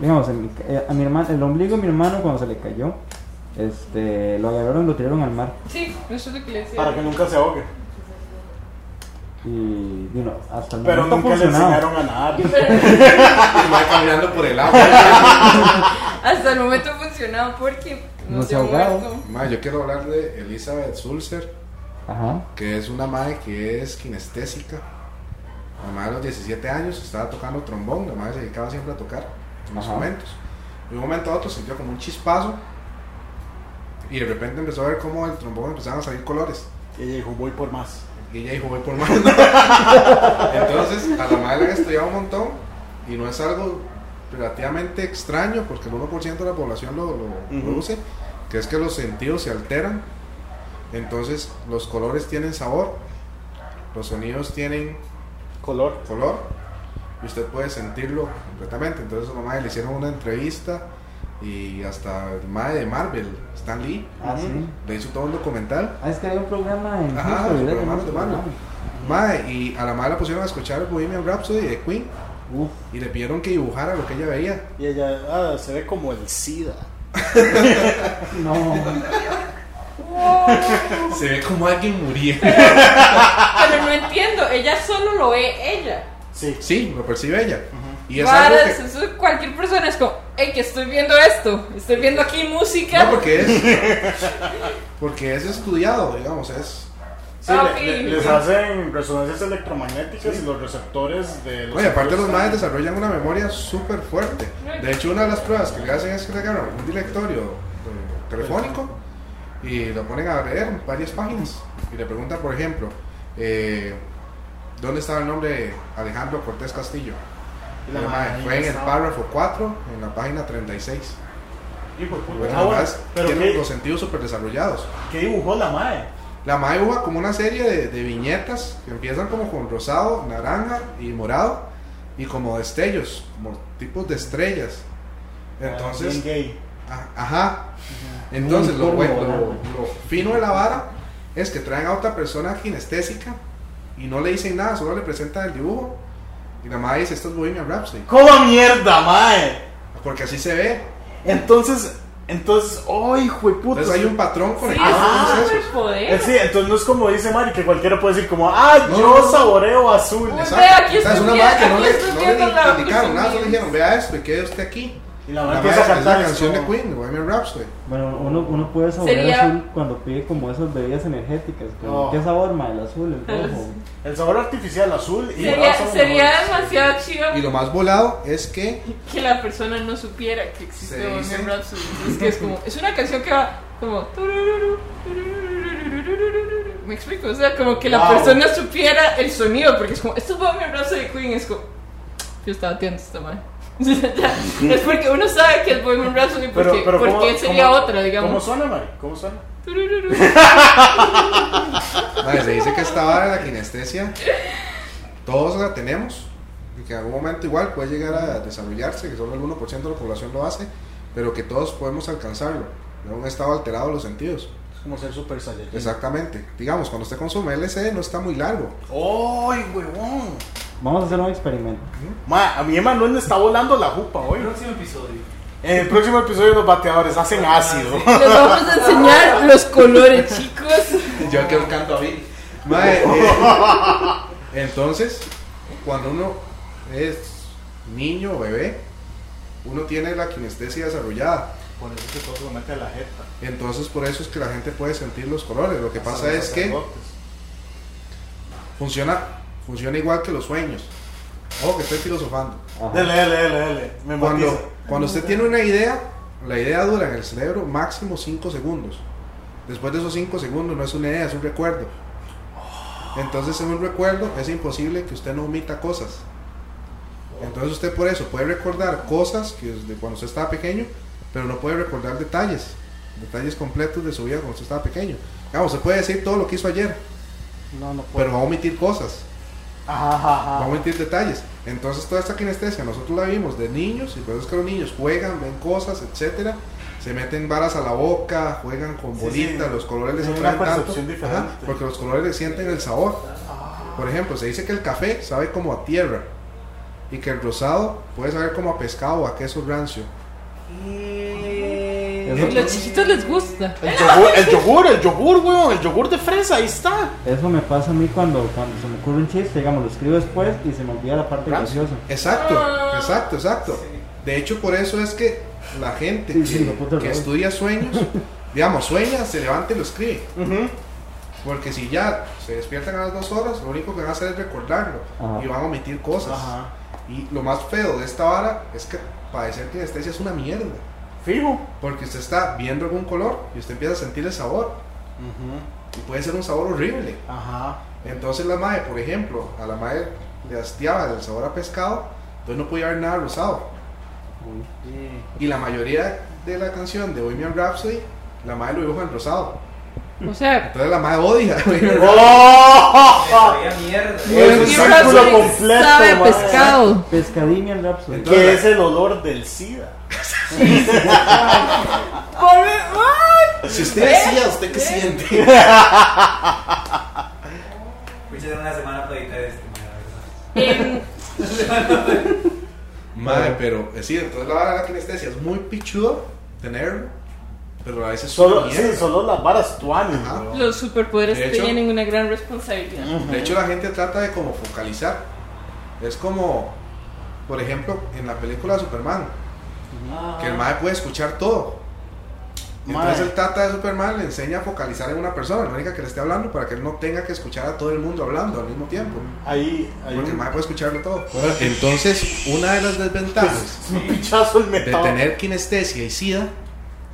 Speaker 2: digamos, en mi ca- eh, a mi hermano, el ombligo de mi hermano cuando se le cayó, este, lo agarraron y lo tiraron al mar.
Speaker 3: Sí, eso es lo que le decía.
Speaker 4: Para que nunca se ahogue.
Speaker 2: Y you know, hasta el
Speaker 4: Pero
Speaker 2: momento ha
Speaker 4: nunca le
Speaker 2: funcionado.
Speaker 4: enseñaron a nadar.
Speaker 1: El mae caminando por el agua.
Speaker 3: Hasta el momento ha funcionado porque
Speaker 2: No se ha ahogado.
Speaker 3: muerto.
Speaker 1: Mae, yo quiero hablar de Elizabeth Sulzer,
Speaker 2: Ajá.
Speaker 1: que es una mae que es kinestésica. La mae a los 17 años estaba tocando trombón, la mae se dedicaba siempre a tocar
Speaker 2: Ajá.
Speaker 1: instrumentos. De un momento a otro sintió como un chispazo y de repente empezó a ver cómo el trombón empezaban a salir colores.
Speaker 4: Y ella dijo, voy por más.
Speaker 1: Y ella dijo, voy por más. Entonces, a la madre le han estudiado un montón y no es algo relativamente extraño porque el 1% de la población lo, lo
Speaker 4: Ujú.
Speaker 1: produce, que es que los sentidos se alteran. Entonces, los colores tienen sabor, los sonidos tienen
Speaker 4: Color.
Speaker 1: color y usted puede sentirlo completamente. Entonces, a la madre le hicieron una entrevista y hasta el madre de Marvel, Stan Lee,
Speaker 2: Ah, sí.
Speaker 1: le hizo todo un documental
Speaker 2: Ah, es que hay un programa en
Speaker 1: Ajá, los
Speaker 2: Cristo, ¿verdad? Que
Speaker 1: programas
Speaker 2: no
Speaker 1: de mano. Mae, y a la madre la pusieron a escuchar Bohemian Rhapsody de Queen
Speaker 2: Uf,
Speaker 1: y le pidieron que dibujara lo que ella veía.
Speaker 4: Y ella, ah, se ve como el SIDA.
Speaker 2: no.
Speaker 3: Wow.
Speaker 1: Se ve como alguien muriendo.
Speaker 3: Pero no entiendo, ella solo lo ve ella.
Speaker 4: Sí.
Speaker 1: Sí, lo percibe ella. Y es algo
Speaker 3: Varas,
Speaker 1: que...
Speaker 3: eso, cualquier persona es como, hey, que estoy viendo esto, estoy viendo aquí música.
Speaker 1: No, porque es... Porque es estudiado, digamos, es...
Speaker 4: Sí,
Speaker 3: Ah,
Speaker 4: le-
Speaker 3: ok.
Speaker 4: le- les hacen resonancias electromagnéticas y los receptores de los
Speaker 1: Oye, aparte los
Speaker 4: sentidos
Speaker 1: madres
Speaker 4: están-
Speaker 1: desarrollan una memoria súper fuerte. De hecho, una de las pruebas que le hacen es que le agarran un directorio eh, telefónico y lo ponen a leer varias páginas. Y le preguntan, por ejemplo, eh, ¿dónde estaba el nombre de Alejandro Cortés Castillo?
Speaker 4: y
Speaker 1: La
Speaker 4: la
Speaker 1: madre
Speaker 4: madre
Speaker 1: fue en el
Speaker 4: estaba-
Speaker 1: párrafo 4, en la página 36.
Speaker 4: Hijo de puta.
Speaker 1: Bueno,
Speaker 4: Ah, bueno,
Speaker 1: Pues, además,
Speaker 4: pero
Speaker 1: tienen
Speaker 4: ¿qué,
Speaker 1: los sentidos súper desarrollados.
Speaker 4: qué dibujó la madre?
Speaker 1: La madre uva como una serie de, de viñetas que empiezan como con rosado, naranja y morado y como destellos, como tipos de estrellas.
Speaker 4: Ah, Bien
Speaker 1: Entonces,
Speaker 4: gay.
Speaker 1: a- ajá. Entonces, lo,
Speaker 2: Muy
Speaker 1: bueno-
Speaker 2: cómodo,
Speaker 1: lo-
Speaker 2: ¿no?
Speaker 1: lo fino de la vara es que traen a otra persona kinestésica y no le dicen nada, solo le presentan el dibujo. Y la madre dice: Esto es Bohemian Rhapsody.
Speaker 4: ¿Cómo mierda, madre?
Speaker 1: Porque así se ve.
Speaker 4: Entonces, entonces, ¡oh, hijo de puta!
Speaker 1: Entonces, hay un patrón con
Speaker 3: Sí,
Speaker 1: el
Speaker 3: es
Speaker 1: que
Speaker 4: Ah.
Speaker 3: un
Speaker 1: hacen procesos.
Speaker 4: Eh,
Speaker 3: superpoder.
Speaker 4: Sí, entonces no es como dice Mari, que cualquiera puede decir como, ¡ah,
Speaker 1: No, no,
Speaker 4: yo
Speaker 1: no.
Speaker 4: saboreo azul!
Speaker 3: Uy.
Speaker 1: Exacto.
Speaker 3: Vea, aquí
Speaker 1: O sea, es
Speaker 3: estoy
Speaker 1: una
Speaker 3: bien,
Speaker 1: madre que no
Speaker 3: aquí
Speaker 1: le,
Speaker 3: estoy
Speaker 1: no le
Speaker 3: viendo la-
Speaker 1: indicaron nada,
Speaker 3: los
Speaker 1: solo le dijeron, vea esto y quede usted aquí.
Speaker 4: Y la
Speaker 1: La
Speaker 4: madre
Speaker 1: madre
Speaker 4: empieza a
Speaker 1: es la
Speaker 4: cantar. es
Speaker 1: canción de
Speaker 4: como-
Speaker 1: Queen, de Bohemian Rhapsody.
Speaker 2: Bueno, uno, uno puede saborear
Speaker 3: Sería-
Speaker 2: azul cuando pide como esas bebidas energéticas. como,
Speaker 1: Oh.
Speaker 4: No.
Speaker 2: ¿Qué sabor, ma? El azul, el
Speaker 3: El
Speaker 2: rojo.
Speaker 4: El sabor artificial azul y
Speaker 3: Sería,
Speaker 4: morado son
Speaker 3: sería
Speaker 4: mejores.
Speaker 3: demasiado chido
Speaker 1: Y lo más volado es que
Speaker 3: que la persona no supiera que existe
Speaker 1: Se
Speaker 3: Bohemian
Speaker 1: dice-
Speaker 3: Rhapsody. Es que es como, es una canción que va como. turururu, turururu. Me explico, o sea, como que la
Speaker 4: Wow.
Speaker 3: persona supiera el sonido, porque es como, esto es Bohemian Rhapsody de Queen, es como, yo estaba atento, está mal. es porque uno sabe que es Bohemian Rhapsody, porque,
Speaker 4: Pero, pero
Speaker 3: porque
Speaker 4: ¿cómo-
Speaker 3: sería
Speaker 4: cómo-
Speaker 3: otra,
Speaker 4: ¿Cómo
Speaker 3: digamos.
Speaker 4: suena, Mari? ¿Cómo suena?
Speaker 3: Turururu.
Speaker 1: madre, se dice que esta vara de la kinestesia todos la tenemos y que en algún momento igual puede llegar a desarrollarse, que solo el 1% de la población lo hace, pero que todos podemos alcanzarlo. No un estado alterado de los sentidos.
Speaker 4: Es como ser super saiyajin.
Speaker 1: Exactamente. Digamos, cuando usted consume LSD no está muy largo.
Speaker 4: ¡Ay, huevón!
Speaker 2: Vamos a hacer un experimento.
Speaker 4: Ma, a mi Emanuel le está volando la jupa hoy.
Speaker 5: Próximo episodio.
Speaker 4: En el próximo episodio los bateadores hacen ácido.
Speaker 3: Les vamos a enseñar los colores, chicos.
Speaker 1: Yo que canto a mí. eh, entonces, cuando uno es niño o bebé, uno tiene la kinestesia desarrollada.
Speaker 4: Por eso es que todo se lo mete a la jeta.
Speaker 1: Entonces, por eso es que la gente puede sentir los colores. Lo que pasa
Speaker 4: Hasta los
Speaker 1: es que
Speaker 4: sacerdotes.
Speaker 1: funciona, funciona igual que los sueños. Ojo que estoy filosofando.
Speaker 2: Ajá.
Speaker 4: Dele, dele, dele, dele. Me matiza.
Speaker 1: Cuando, cuando usted tiene una idea, la idea dura en el cerebro máximo 5 segundos. Después de esos 5 segundos no es una idea, es un recuerdo. Entonces en un recuerdo es imposible que usted no omita cosas. Entonces usted por eso puede recordar cosas que desde cuando usted estaba pequeño, pero no puede recordar detalles, detalles completos de su vida cuando usted estaba pequeño. Vamos, se puede decir todo lo que hizo ayer,
Speaker 4: No, no
Speaker 1: pero
Speaker 4: puedo.
Speaker 1: va a omitir cosas.
Speaker 4: Ajá, ajá,
Speaker 1: No
Speaker 4: ajá.
Speaker 1: a omitir detalles. Entonces toda esta kinestesia nosotros la vimos de niños y por eso es que los niños juegan, ven cosas, etcétera, se meten varas a la boca, juegan con
Speaker 4: Sí,
Speaker 1: bolitas,
Speaker 4: sí.
Speaker 1: los colores les
Speaker 4: Hay
Speaker 1: atraen
Speaker 4: una
Speaker 1: tanto,
Speaker 4: percepción diferente.
Speaker 1: Ajá, porque los colores le sienten el sabor. Por ejemplo, se dice que el café sabe como a tierra y que el rosado puede saber como a pescado o a queso rancio.
Speaker 2: Eso-
Speaker 3: Los chiquitos les gusta.
Speaker 4: El yogur, Eh, el yogur, el yogur, weón, el yogur de fresa, ahí está.
Speaker 2: Eso me pasa a mí cuando, cuando se me ocurre un chiste, digamos, lo escribo después y se me olvida la parte
Speaker 4: Gracias.
Speaker 2: graciosa.
Speaker 1: Exacto,
Speaker 3: Ah.
Speaker 1: exacto, exacto. De hecho, por eso es que la gente
Speaker 2: Sí,
Speaker 1: que,
Speaker 2: sí, lo puto
Speaker 1: que
Speaker 2: raro.
Speaker 1: estudia sueños, digamos, sueña, se levanta y lo escribe. Porque si ya se despiertan a las dos horas, lo único que van a hacer es recordarlo
Speaker 2: Ajá.
Speaker 1: y van a omitir cosas.
Speaker 4: Ajá.
Speaker 1: Y lo más feo de esta vara es que padecer kinestesia es una mierda.
Speaker 4: Fijo.
Speaker 1: Porque usted está viendo algún color y usted empieza a sentir el sabor. Y puede ser un sabor horrible.
Speaker 4: Ajá.
Speaker 1: Entonces la madre, por ejemplo, a la madre le hastiaba del sabor a pescado, entonces no podía haber nada rosado. Y la mayoría de la canción de Bohemian Rhapsody, la madre lo dibuja en rosado.
Speaker 3: O sea,
Speaker 1: Entonces la madre odia a Bohemian Rhapsody.
Speaker 4: ¡Oh!
Speaker 5: Sabía mierda.
Speaker 4: Es un
Speaker 3: Jim
Speaker 4: círculo
Speaker 3: Rhapsody
Speaker 4: completo,
Speaker 3: sabe a
Speaker 4: ma.
Speaker 3: pescado.
Speaker 2: Pescadilla el Rhapsody.
Speaker 1: Entonces-
Speaker 4: ¿Qué es el olor del SIDA?
Speaker 3: Por- ¡Ay!
Speaker 1: Si usted decía, ¿usted qué
Speaker 3: ¿Eh?
Speaker 1: siente?
Speaker 5: Escuchen una semana para editar este, madre,
Speaker 3: En-
Speaker 5: ¿verdad?
Speaker 1: Madre, pero es decir, entonces la vara de la kinestesia es muy pichudo tenerlo, pero a veces solo.
Speaker 4: Solo, sí, solo las varas tuanes,
Speaker 1: Ajá.
Speaker 4: weón.
Speaker 3: los superpoderes
Speaker 1: De hecho-
Speaker 3: tienen una gran responsabilidad.
Speaker 4: Ujú.
Speaker 1: De hecho, la gente trata de como focalizar. Es como, por ejemplo, en la película de Superman, que el madre puede escuchar todo. Entonces
Speaker 4: Mae.
Speaker 1: el tata de Superman le enseña a focalizar en una persona, la única que le esté hablando, para que él no tenga que escuchar a todo el mundo hablando al mismo tiempo.
Speaker 4: Ahí, ahí.
Speaker 1: Porque el
Speaker 4: Un,
Speaker 1: mae puede escucharlo todo. Entonces, una de las desventajas
Speaker 4: un pichazo el
Speaker 1: de
Speaker 4: metal.
Speaker 1: tener kinestesia y sida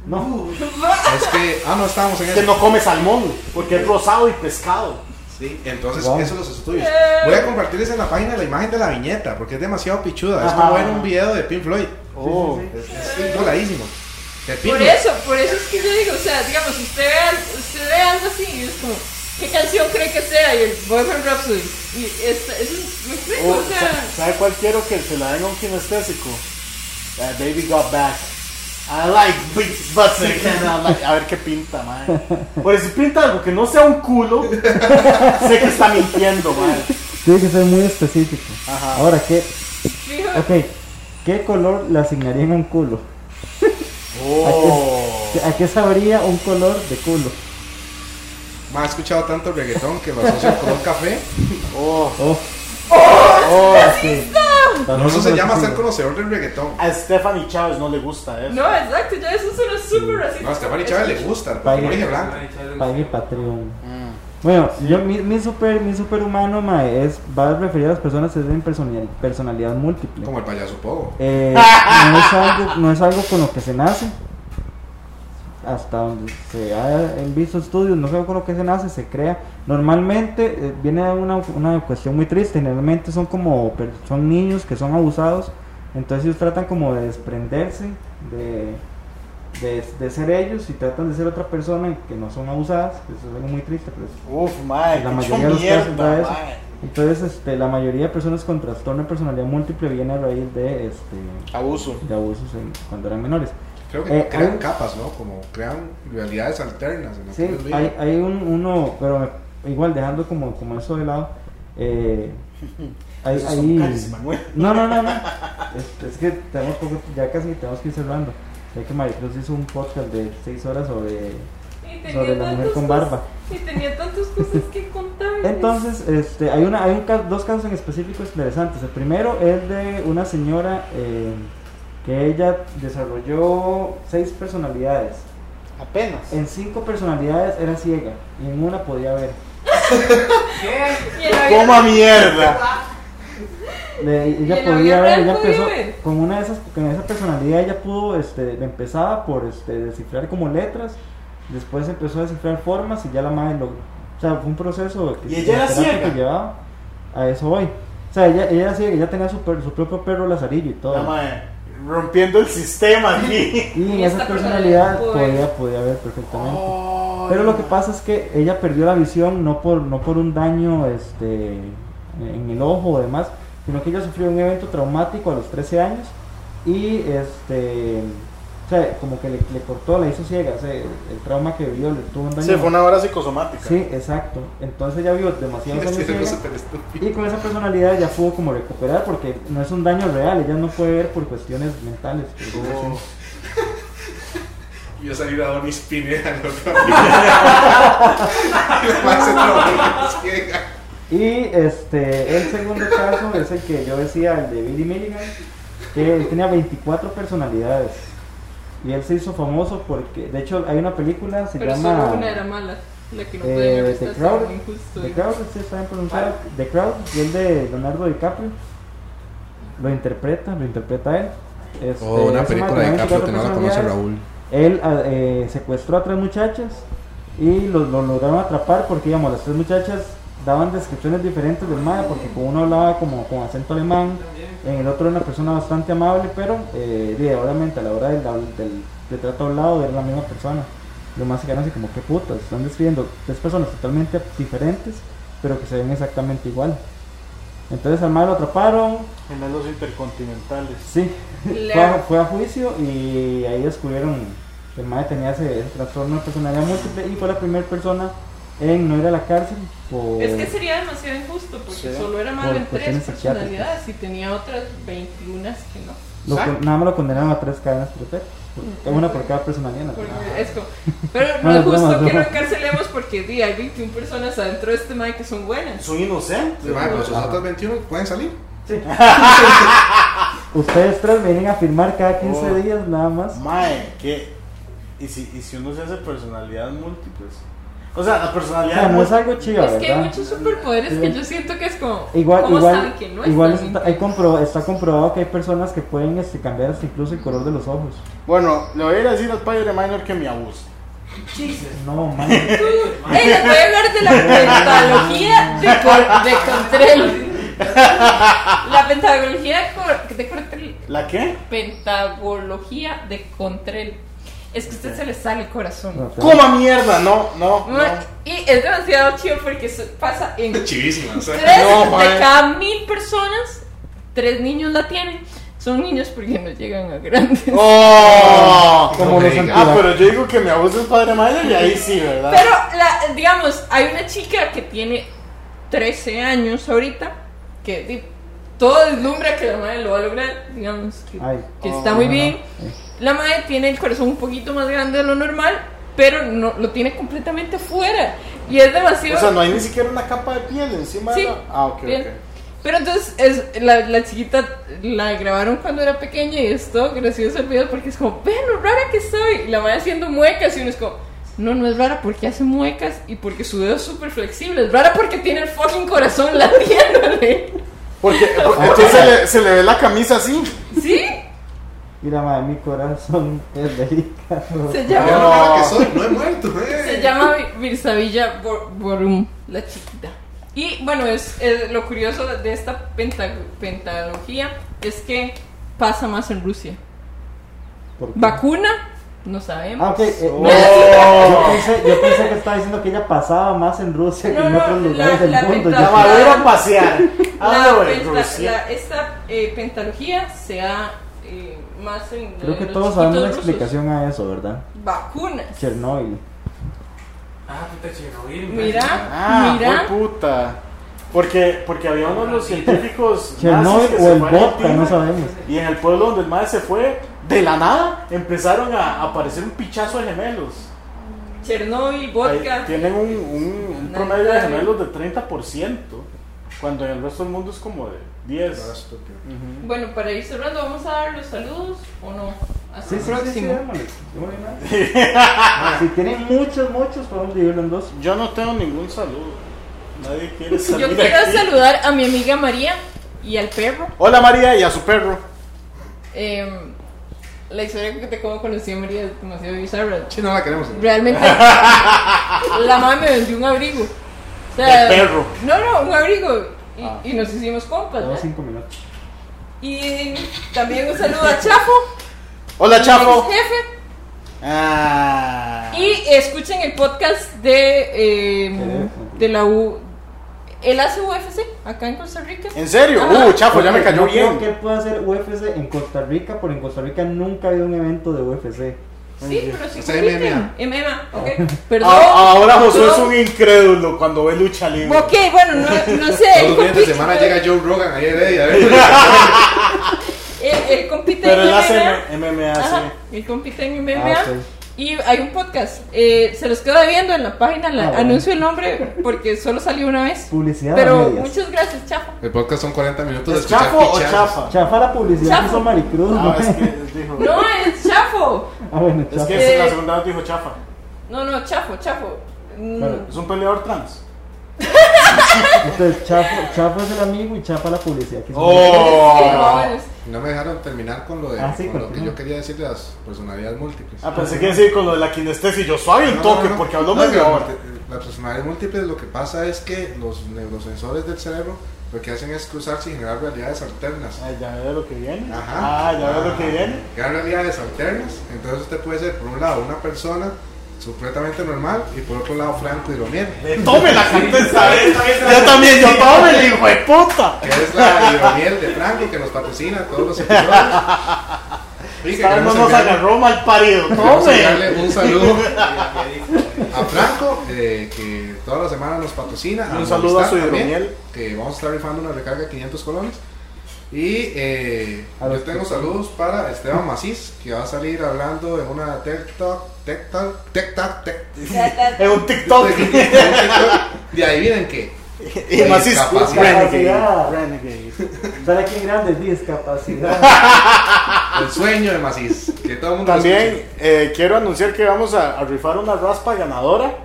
Speaker 2: No,
Speaker 1: es que, ah, no estábamos en
Speaker 4: Que
Speaker 1: eso.
Speaker 4: no come salmón, porque es rosado y pescado.
Speaker 1: Sí, entonces
Speaker 2: Wow.
Speaker 1: eso los estudios. Voy a compartirles en la página la imagen de la viñeta, porque es demasiado pichuda. Es
Speaker 4: Ajá.
Speaker 1: como ver un video de Pink Floyd.
Speaker 4: Oh.
Speaker 1: Es, es enroladísimo. De Pink
Speaker 3: Por
Speaker 1: Floyd.
Speaker 3: eso, por eso es que yo digo, o sea, digamos, usted ve, al- usted ve algo así y es como, ¿qué canción cree que sea? Y el Boyfriend Rhapsody. Y es, es, me explico,
Speaker 4: Oh,
Speaker 3: o sea,
Speaker 4: sa- ¿Sabe cuál quiero que se la den a un kinestésico? La de Baby Got Back. I like big butts and I like- A ver qué pinta, man. Por si pinta algo que no sea un culo, sé que está mintiendo, man.
Speaker 2: tiene que ser muy específico.
Speaker 4: Ajá.
Speaker 2: Ahora, ¿qué?
Speaker 1: Oh.
Speaker 3: fijo,
Speaker 2: Ok, ¿qué color le asignarían a un culo?
Speaker 4: Oh.
Speaker 2: ¿A qué sabría un color de culo?
Speaker 1: Me ha escuchado tanto reggaetón que lo asocio con un café.
Speaker 4: Oh.
Speaker 2: Oh,
Speaker 4: Oh.
Speaker 2: sí.
Speaker 1: No, eso se llama ser conocedor del reggaetón.
Speaker 4: A Stephanie Chávez no le gusta eso.
Speaker 3: no, exacto, ya eso suena súper racista.
Speaker 1: No, a Stephanie Chávez le gusta,
Speaker 2: Vaya.
Speaker 1: como dije blanco.
Speaker 2: Pague Patreon.
Speaker 4: Mm.
Speaker 2: Bueno, yo, mi, mi super, mi superhumano, mae, es, va a referir a las personas que tienen personalidad, personalidad múltiple.
Speaker 1: Como el payaso Pogo.
Speaker 2: Eh, no, es algo, no es algo con lo que se nace. Hasta donde se ha visto estudios, no es algo con lo que se nace, se crea. Normalmente eh, viene una, una cuestión muy triste. Generalmente son como per- son niños que son abusados. Entonces ellos tratan como de desprenderse de, de, de ser ellos y tratan de ser otra persona que no son abusadas. Eso es algo muy triste, pero es
Speaker 4: Uf, mae,
Speaker 2: la
Speaker 4: qué
Speaker 2: mayoría de los
Speaker 4: mierda,
Speaker 2: casos da eso.
Speaker 4: mae.
Speaker 2: Entonces, este, la mayoría de personas con trastorno de personalidad múltiple viene a raíz de, este,
Speaker 4: Abuso.
Speaker 2: de abusos en- cuando eran menores.
Speaker 1: Creo que
Speaker 2: Eh,
Speaker 1: crean
Speaker 2: hay-
Speaker 1: capas, ¿no? Como crean realidades alternas. En lo que
Speaker 2: Sí,
Speaker 1: ellos viven.
Speaker 2: hay, hay un, uno, pero igual dejando como, como eso de lado, eh, hay,
Speaker 4: Esos son
Speaker 2: hay,
Speaker 4: carísimas, güey.
Speaker 2: no, no, no, no, es, es que tenemos poco, ya casi tenemos que ir cerrando. Sé que Maricruz hizo un podcast de 6 horas sobre
Speaker 3: Y tenía
Speaker 2: sobre la mujer
Speaker 3: tantas
Speaker 2: con barba.
Speaker 3: cosas- Y tenía tantas cosas que contar.
Speaker 2: Entonces, este, hay, una, hay un ca- dos casos en específico interesantes. El primero es de una señora eh, que ella desarrolló seis personalidades.
Speaker 4: Apenas.
Speaker 2: En cinco personalidades era ciega y en una podía ver.
Speaker 5: ¿Qué?
Speaker 3: Y en la vida-
Speaker 4: Coma mierda.
Speaker 2: Le-
Speaker 3: ¿Y
Speaker 2: ella
Speaker 3: en la
Speaker 2: podía
Speaker 3: vida
Speaker 2: ver,
Speaker 3: real
Speaker 2: ella
Speaker 3: podía
Speaker 2: empezó
Speaker 3: ver?
Speaker 2: con una de esas, con esa personalidad ella pudo, este, empezaba por este, descifrar como letras, después empezó a descifrar formas y ya la madre logró. O sea, fue un proceso que
Speaker 4: ¿Y ella era
Speaker 2: terapia
Speaker 4: ciega?
Speaker 2: que llevaba a eso hoy. O sea, ella, ella era ciega, ella tenía su, per- su propio perro lazarillo y
Speaker 4: La
Speaker 2: todo.
Speaker 4: mae, rompiendo el sistema aquí.
Speaker 2: Y en
Speaker 3: Y
Speaker 2: esa
Speaker 3: esta
Speaker 2: personalidad
Speaker 3: personalidad puede
Speaker 2: podía,
Speaker 3: ver.
Speaker 2: podía ver perfectamente.
Speaker 4: Ay,
Speaker 2: Pero lo que
Speaker 4: mae.
Speaker 2: pasa es que ella perdió la visión no por, no por un daño este, en el ojo o demás, sino que ella sufrió un evento traumático a los 13 años y este, o sea, como que le, le cortó, la hizo ciega, o sea, el, el trauma que vivió le tuvo un daño.
Speaker 4: Sí, fue una hora psicosomática.
Speaker 2: Sí, exacto. Entonces ella vio demasiados
Speaker 1: Es
Speaker 2: años
Speaker 1: que es
Speaker 2: ciega
Speaker 1: súper estúpido.
Speaker 2: y con esa personalidad ya pudo como recuperar porque no es un
Speaker 4: Oh.
Speaker 2: daño real, ella no puede ver por cuestiones mentales. por decirlo así.
Speaker 1: Y yo salí a Doris Pineda. ¿no? y la madre se trabó en la ciega.
Speaker 2: Y este, el segundo caso es el que yo decía, el de Billy Milligan, que él tenía 24 personalidades. Y él se hizo famoso porque, de hecho, hay una película, se
Speaker 3: Pero
Speaker 2: llama
Speaker 3: solo una era mala. La que no pueden
Speaker 2: eh,
Speaker 3: arrestar
Speaker 2: The
Speaker 3: está
Speaker 2: Crowd.
Speaker 3: muy injusto.
Speaker 2: The Crowd, sí, está bien
Speaker 3: Ah.
Speaker 2: pronunciado. The Crowd, y el de Leonardo DiCaprio. Lo interpreta, lo interpreta él. Este,
Speaker 1: Oh, una
Speaker 2: ese
Speaker 1: película
Speaker 2: matrimonio
Speaker 1: de Caprio que
Speaker 2: tiene
Speaker 1: no la
Speaker 2: cuatro
Speaker 1: conoce
Speaker 2: personalidades.
Speaker 1: Raúl.
Speaker 2: Él a- eh, secuestró a tres muchachas y los, los lograron atrapar porque, digamos, las tres muchachas daban descripciones diferentes del MAE, porque con uno hablaba como con acento alemán, en el otro era una persona bastante amable, pero eh, de- obviamente a la hora del, del retrato hablado era la misma persona. Lo más que así como, qué putas, están describiendo tres personas totalmente diferentes, pero que se ven exactamente igual. Entonces al MAE lo atraparon,
Speaker 4: Gemelos intercontinentales.
Speaker 2: Sí,
Speaker 3: Le-
Speaker 2: fue a, fue a juicio y ahí descubrieron que el madre tenía ese, ese trastorno de personalidad múltiple y fue la primera persona en no ir a la cárcel por...
Speaker 3: Es que sería demasiado injusto porque
Speaker 4: Sí.
Speaker 3: solo era
Speaker 2: eh,
Speaker 3: malo
Speaker 2: Por
Speaker 3: en tres
Speaker 2: cuestiones psiquiátricas.
Speaker 3: personalidades y tenía otras 21 que no.
Speaker 2: lo con- nada más lo condenaron a tres cadenas perpetuas, por-
Speaker 3: Mm.
Speaker 2: una por cada personalidad.
Speaker 3: Porque
Speaker 2: Ah, ¿no?
Speaker 3: es como- pero no
Speaker 2: Bueno,
Speaker 3: es justo
Speaker 2: broma,
Speaker 3: que lo
Speaker 2: broma.
Speaker 3: encarcelemos porque di, hay 21 personas adentro de este Mike que son buenas.
Speaker 4: Son inocentes.
Speaker 1: Mae, pero sus
Speaker 2: Ajá.
Speaker 1: otras 21 pueden salir.
Speaker 2: Ustedes tres vienen a firmar cada 15
Speaker 4: Oh.
Speaker 2: días nada más.
Speaker 4: Mae, ¿qué? ¿Y si, y si uno se hace personalidades múltiples? O sea, la
Speaker 2: O
Speaker 4: personalidad
Speaker 2: sea, no es
Speaker 4: múltiple.
Speaker 2: algo chido,
Speaker 3: Es que hay
Speaker 2: ¿verdad?
Speaker 3: muchos superpoderes
Speaker 2: Sí.
Speaker 3: que yo siento que es como.
Speaker 2: Igual,
Speaker 3: ¿Cómo
Speaker 2: igual,
Speaker 3: saben que no
Speaker 2: igual
Speaker 3: están
Speaker 2: está, hay compro- está comprobado que hay personas que pueden este, cambiar hasta incluso el color de los ojos.
Speaker 4: Bueno, le voy a ir a decir al padre minor que me abuse.
Speaker 5: Jesus.
Speaker 2: No, man.
Speaker 3: ¡Ey, les voy a hablar de la pentología de, Cor- de Contrell! La pentagología de, Cor- de Contrell.
Speaker 4: ¿La qué?
Speaker 3: Pentagología de Contrell. Es que a usted se le sale el corazón.
Speaker 2: No, te-
Speaker 4: ¡Coma mierda! No, no, no.
Speaker 3: Ma- Y es demasiado chido porque eso pasa en
Speaker 1: Chivísima. o sea.
Speaker 3: tres
Speaker 4: No,
Speaker 3: de
Speaker 4: joder.
Speaker 3: cada mil personas, tres niños la tienen. Son niños porque no llegan a grandes.
Speaker 4: ¡Oh!
Speaker 2: Como
Speaker 1: No me
Speaker 2: los
Speaker 1: digas.
Speaker 4: Ah, pero yo digo que me abuse el padre minor y ahí sí, ¿verdad?
Speaker 3: Pero, la, digamos, hay una chica que tiene 13 años ahorita, que di- todo deslumbra que la madre lo va a lograr, digamos, que,
Speaker 2: Ay.
Speaker 3: que está muy
Speaker 2: No, no,
Speaker 3: bien.
Speaker 2: no. Eh.
Speaker 3: La madre tiene el corazón un poquito más grande de lo normal, pero no, lo tiene completamente fuera. Y es demasiado...
Speaker 4: O sea, no hay ni siquiera una capa de piel encima
Speaker 3: Sí.
Speaker 4: de la... Ah, ok,
Speaker 3: Bien.
Speaker 4: ok.
Speaker 3: Pero entonces es, la, la chiquita la grabaron cuando era pequeña y es todo gracioso el video porque es como, vean lo rara que soy. Y la madre haciendo muecas y uno es como, no, no es rara porque hace muecas y porque su dedo es súper flexible. Es rara porque tiene el fucking corazón latiéndole.
Speaker 4: Porque, porque entonces se le, se le ve la camisa así.
Speaker 3: ¿Sí?
Speaker 2: Mira, madre, mi corazón es delicado.
Speaker 3: Se
Speaker 1: Yo
Speaker 3: llama,
Speaker 1: no, ahora que soy, no he muerto. eh.
Speaker 3: se llama Vi- Virsavilla Bor- Borum, la chiquita. Y bueno, es, es lo curioso de esta penta- pentalogía es que pasa más en Rusia.
Speaker 2: ¿Por qué?
Speaker 3: Vacuna, no sabemos.
Speaker 2: Ah, ok. eh,
Speaker 4: Oh.
Speaker 2: no, yo, pensé, yo pensé que estaba diciendo que ella pasaba más en Rusia que
Speaker 3: No,
Speaker 2: en
Speaker 3: no,
Speaker 2: otros lugares
Speaker 3: la-
Speaker 2: del
Speaker 3: la
Speaker 2: mundo.
Speaker 4: La
Speaker 3: ventaja-
Speaker 2: Yo-
Speaker 4: madera a pasear. Ah,
Speaker 3: La,
Speaker 4: bueno,
Speaker 3: penta-
Speaker 4: Rusia.
Speaker 3: la- esta eh, pentalogía se da eh, más en. la
Speaker 2: creo
Speaker 3: de
Speaker 2: que
Speaker 3: los
Speaker 2: todos sabemos la
Speaker 3: chiquitos rusos.
Speaker 2: explicación a eso, ¿verdad?
Speaker 3: Vacunas.
Speaker 2: Chernobyl.
Speaker 5: Ah, puta Chernobyl. man.
Speaker 3: Mira,
Speaker 4: Ah,
Speaker 3: mira.
Speaker 4: fue puta. Porque, porque había uno de los científicos nazis
Speaker 2: Chernobyl
Speaker 4: que
Speaker 2: o
Speaker 4: se
Speaker 2: el
Speaker 4: fue a
Speaker 2: vodka,
Speaker 4: Argentina,
Speaker 2: no sabemos.
Speaker 4: Y en el pueblo donde el madre se fue, de la nada empezaron a aparecer un pichazo de gemelos.
Speaker 3: Chernobyl,
Speaker 4: Ahí
Speaker 3: vodka.
Speaker 4: tienen un, un- un promedio de gemelos de 30%, cuando en el resto del mundo es como de 10. Ujú.
Speaker 3: Bueno, para ir cerrando, ¿vamos a dar los saludos o no? Hasta
Speaker 2: Sí,
Speaker 3: el
Speaker 2: sí, sí, sí,
Speaker 3: próximo.
Speaker 2: démosle. Démosle nada. Ah, Si tienen muchos, muchos, podemos dividirlo en dos.
Speaker 4: Yo no tengo ningún saludo. Nadie quiere salir
Speaker 3: Yo quiero
Speaker 4: aquí.
Speaker 3: saludar a mi amiga María y al perro.
Speaker 4: Hola María y a su perro.
Speaker 3: Em, la historia que te como conocí a María es demasiado bizarra.
Speaker 1: Sí, no la queremos.
Speaker 3: Realmente, la mamá me vendió un abrigo. O
Speaker 4: El perro.
Speaker 3: No, no, un abrigo. Y,
Speaker 4: Ah.
Speaker 3: y nos hicimos compas.
Speaker 2: Tenemos
Speaker 3: ¿eh?
Speaker 2: cinco minutos.
Speaker 3: Y también un saludo a Chafo.
Speaker 4: Hola Chapo.
Speaker 3: mi jefe.
Speaker 4: Ah.
Speaker 3: Y escuchen el podcast de, eh, de la U. Él hace UFC acá en Costa Rica.
Speaker 4: ¿En serio?
Speaker 3: Ajá.
Speaker 4: Uh, Chapo, ya me cayó
Speaker 2: Yo creo
Speaker 4: bien.
Speaker 2: que él puede hacer UFC en Costa Rica, porque en Costa Rica nunca había un evento de UFC.
Speaker 3: Sí, pero sí
Speaker 1: O sea, MMA.
Speaker 3: compiten. MMA, ok. Perdón.
Speaker 4: A- Ah. Ahora Josué es
Speaker 3: Perdón.
Speaker 4: un incrédulo cuando ve lucha libre.
Speaker 3: Ok, bueno, no, no
Speaker 1: Todos
Speaker 3: sé. él
Speaker 1: los fines de
Speaker 3: compite-
Speaker 1: semana llega Joe Rogan ahí en Heredia, a ver.
Speaker 3: Él, él compite
Speaker 4: Pero
Speaker 3: en
Speaker 4: él hace
Speaker 3: MMA.
Speaker 4: M- MMA,
Speaker 3: Ajá,
Speaker 4: Ah, sí.
Speaker 3: él compite en MMA.
Speaker 2: Ah, ok.
Speaker 3: Y hay un podcast, eh, se los quedo viendo en la página, la-
Speaker 2: Ah, bueno.
Speaker 3: anuncio el nombre porque solo salió una vez.
Speaker 2: Publicidad a
Speaker 3: Pero
Speaker 2: medias.
Speaker 3: muchas gracias, Chafa.
Speaker 1: El podcast son 40 minutos de
Speaker 4: ¿Es
Speaker 1: escuchar
Speaker 4: chafo o
Speaker 1: pichadas.
Speaker 4: chafa?
Speaker 2: Chafa la publicidad que
Speaker 3: Chafo.
Speaker 2: hizo Maricruz,
Speaker 4: Ah,
Speaker 2: mae.
Speaker 4: es que dijo.
Speaker 3: No, Eh. es Chafo.
Speaker 2: Ah, bueno,
Speaker 4: Es
Speaker 2: chafa.
Speaker 4: que la segunda vez dijo chafa.
Speaker 3: No, no, Chafo, Chafo. Mm,
Speaker 2: Bueno.
Speaker 4: Es un peleador trans.
Speaker 2: Entonces, Chafa, Chafa es el amigo y Chafa la publicidad que hizo
Speaker 4: Oh.
Speaker 3: sí, más o menos.
Speaker 1: No me dejaron terminar con lo, de,
Speaker 2: Ah, sí,
Speaker 1: con lo que
Speaker 2: continúa.
Speaker 1: yo quería decir de las personalidades múltiples.
Speaker 4: Ah, pensé que decir con lo de la kinestesia. Yo soy un
Speaker 1: No,
Speaker 4: toque
Speaker 1: no, no.
Speaker 4: porque habló
Speaker 1: No,
Speaker 4: medio
Speaker 1: pero
Speaker 4: hora.
Speaker 1: te- Las personalidades múltiples lo que pasa es que los neurosensores del cerebro lo que hacen es cruzarse y generar realidades alternas.
Speaker 4: Ah, ya veo lo que viene.
Speaker 1: Ajá.
Speaker 4: Ah, ya veo lo
Speaker 1: Ah,
Speaker 4: que viene.
Speaker 1: Crear realidades alternas. Entonces usted puede ser, por un lado, una persona completamente normal y por otro lado, Franco Ironiel.
Speaker 4: De, tome la esta vez. Yo también, yo tome, hijo de puta.
Speaker 1: Que es la Ironiel de Franco que nos patrocina todos los episodios. Y que
Speaker 4: Esta vez no
Speaker 1: queremos
Speaker 4: nos
Speaker 1: enviar-
Speaker 4: agarró mal parido.
Speaker 1: Vamos a
Speaker 4: Tome.
Speaker 1: darle un saludo a Franco, eh, que toda la semana nos patrocina.
Speaker 4: Un saludo a su
Speaker 1: Movistar también,
Speaker 4: hidromiel.
Speaker 1: Que vamos a estar rifando una recarga de 500 colones. Y eh,
Speaker 2: A
Speaker 1: yo
Speaker 2: los
Speaker 1: tengo
Speaker 2: que-
Speaker 1: saludos para Esteban Macís, que va a salir hablando en una Tech Talk, Tech Talk, Tech Talk, Tech
Speaker 4: Es un TikTok.
Speaker 1: De adivinen qué.
Speaker 4: Y más es
Speaker 1: Discapacidad.
Speaker 4: Renegade. Renegade.
Speaker 2: Sale aquí grande, discapacidad.
Speaker 1: El sueño de Macís. Que todo el mundo lo escuche.
Speaker 4: También eh, quiero anunciar que vamos a, a rifar una raspa ganadora.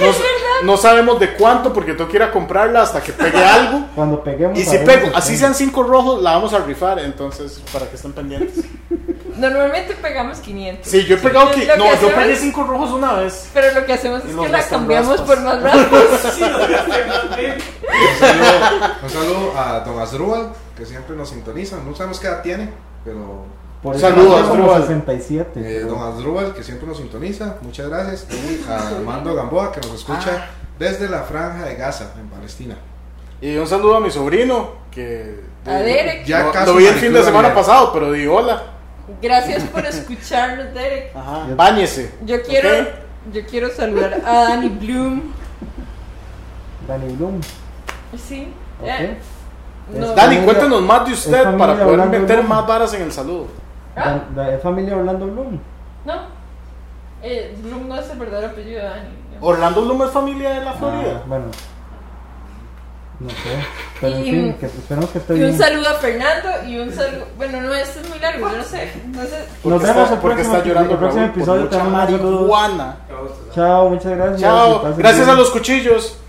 Speaker 4: no, s- no sabemos de cuánto porque tengo que ir a comprarla hasta que pegue algo.
Speaker 2: Cuando peguemos.
Speaker 4: Y si
Speaker 2: sabremos
Speaker 4: pego,
Speaker 2: el
Speaker 4: así
Speaker 2: tema.
Speaker 4: sean cinco rojos, la vamos a rifar. Entonces, para que estén pendientes.
Speaker 3: Normalmente pegamos 500.
Speaker 4: Sí, yo he pegado
Speaker 3: Lo
Speaker 4: que.
Speaker 3: que
Speaker 4: No, yo
Speaker 3: hacemos-
Speaker 4: pegué cinco rojos una vez.
Speaker 3: Pero lo que hacemos
Speaker 4: Y
Speaker 3: es
Speaker 4: nos
Speaker 3: que la
Speaker 4: restan
Speaker 3: cambiamos
Speaker 4: raspas.
Speaker 3: por más raspas.
Speaker 5: Sí, lo que hacemos, ¿eh?
Speaker 1: Un saludo, un saludo a Don Asdrúbal, que siempre nos sintoniza. No sabemos qué edad tiene, pero
Speaker 2: Por
Speaker 4: Saludos,
Speaker 2: Saludos, como
Speaker 4: Trubal.
Speaker 2: 67.
Speaker 1: eh, Don Asdrúbal, que siempre nos sintoniza. Muchas gracias. Y a Armando Gamboa, que nos escucha desde la Franja de Gaza, en Palestina.
Speaker 4: Y un saludo a mi sobrino. Que.
Speaker 3: A Derek.
Speaker 1: Ya
Speaker 4: lo,
Speaker 1: casi
Speaker 4: lo vi el fin de
Speaker 1: maricruz,
Speaker 4: semana
Speaker 1: ya.
Speaker 4: pasado, pero di hola.
Speaker 3: Gracias por escucharnos, Derek.
Speaker 4: Ajá.
Speaker 2: Ya.
Speaker 4: Báñese.
Speaker 3: Yo quiero,
Speaker 4: ¿ok?
Speaker 3: yo quiero saludar a Dani Bloom.
Speaker 2: Dani Bloom.
Speaker 3: Sí.
Speaker 2: Ok.
Speaker 3: eh, no.
Speaker 4: Dani,
Speaker 2: Familia-
Speaker 4: cuéntenos más de
Speaker 2: es
Speaker 4: usted para
Speaker 2: familia
Speaker 4: poder
Speaker 2: hablando
Speaker 4: meter
Speaker 2: de
Speaker 4: más
Speaker 2: Roma.
Speaker 4: varas en el saludo.
Speaker 3: Ah.
Speaker 2: Dan- da- ¿Es familia Orlando Bloom?
Speaker 3: No. Eh, Bloom no es el verdadero apellido de Dani.
Speaker 4: Orlando Bloom es familia de la
Speaker 2: Ah,
Speaker 4: Florida.
Speaker 2: bueno. No sé. Pero en
Speaker 3: Y-
Speaker 2: fin, que, esperemos que esté
Speaker 3: Y un
Speaker 2: bien.
Speaker 3: saludo a Fernando y un saludo. Bueno, no, esto es muy largo, yo no sé. No sé.
Speaker 2: Nos
Speaker 4: Porque
Speaker 2: vemos
Speaker 4: está-
Speaker 2: el
Speaker 4: porque
Speaker 2: próximo-
Speaker 4: está llorando
Speaker 2: el próximo
Speaker 4: Raúl por
Speaker 2: episodio
Speaker 4: mucha
Speaker 2: te mando saludos.
Speaker 4: marihuana.
Speaker 2: né?
Speaker 5: Qué gusto.
Speaker 2: Chao, muchas gracias. Que
Speaker 4: Chao.
Speaker 2: pasen
Speaker 4: Gracias
Speaker 2: bien.
Speaker 4: a los cuchillos.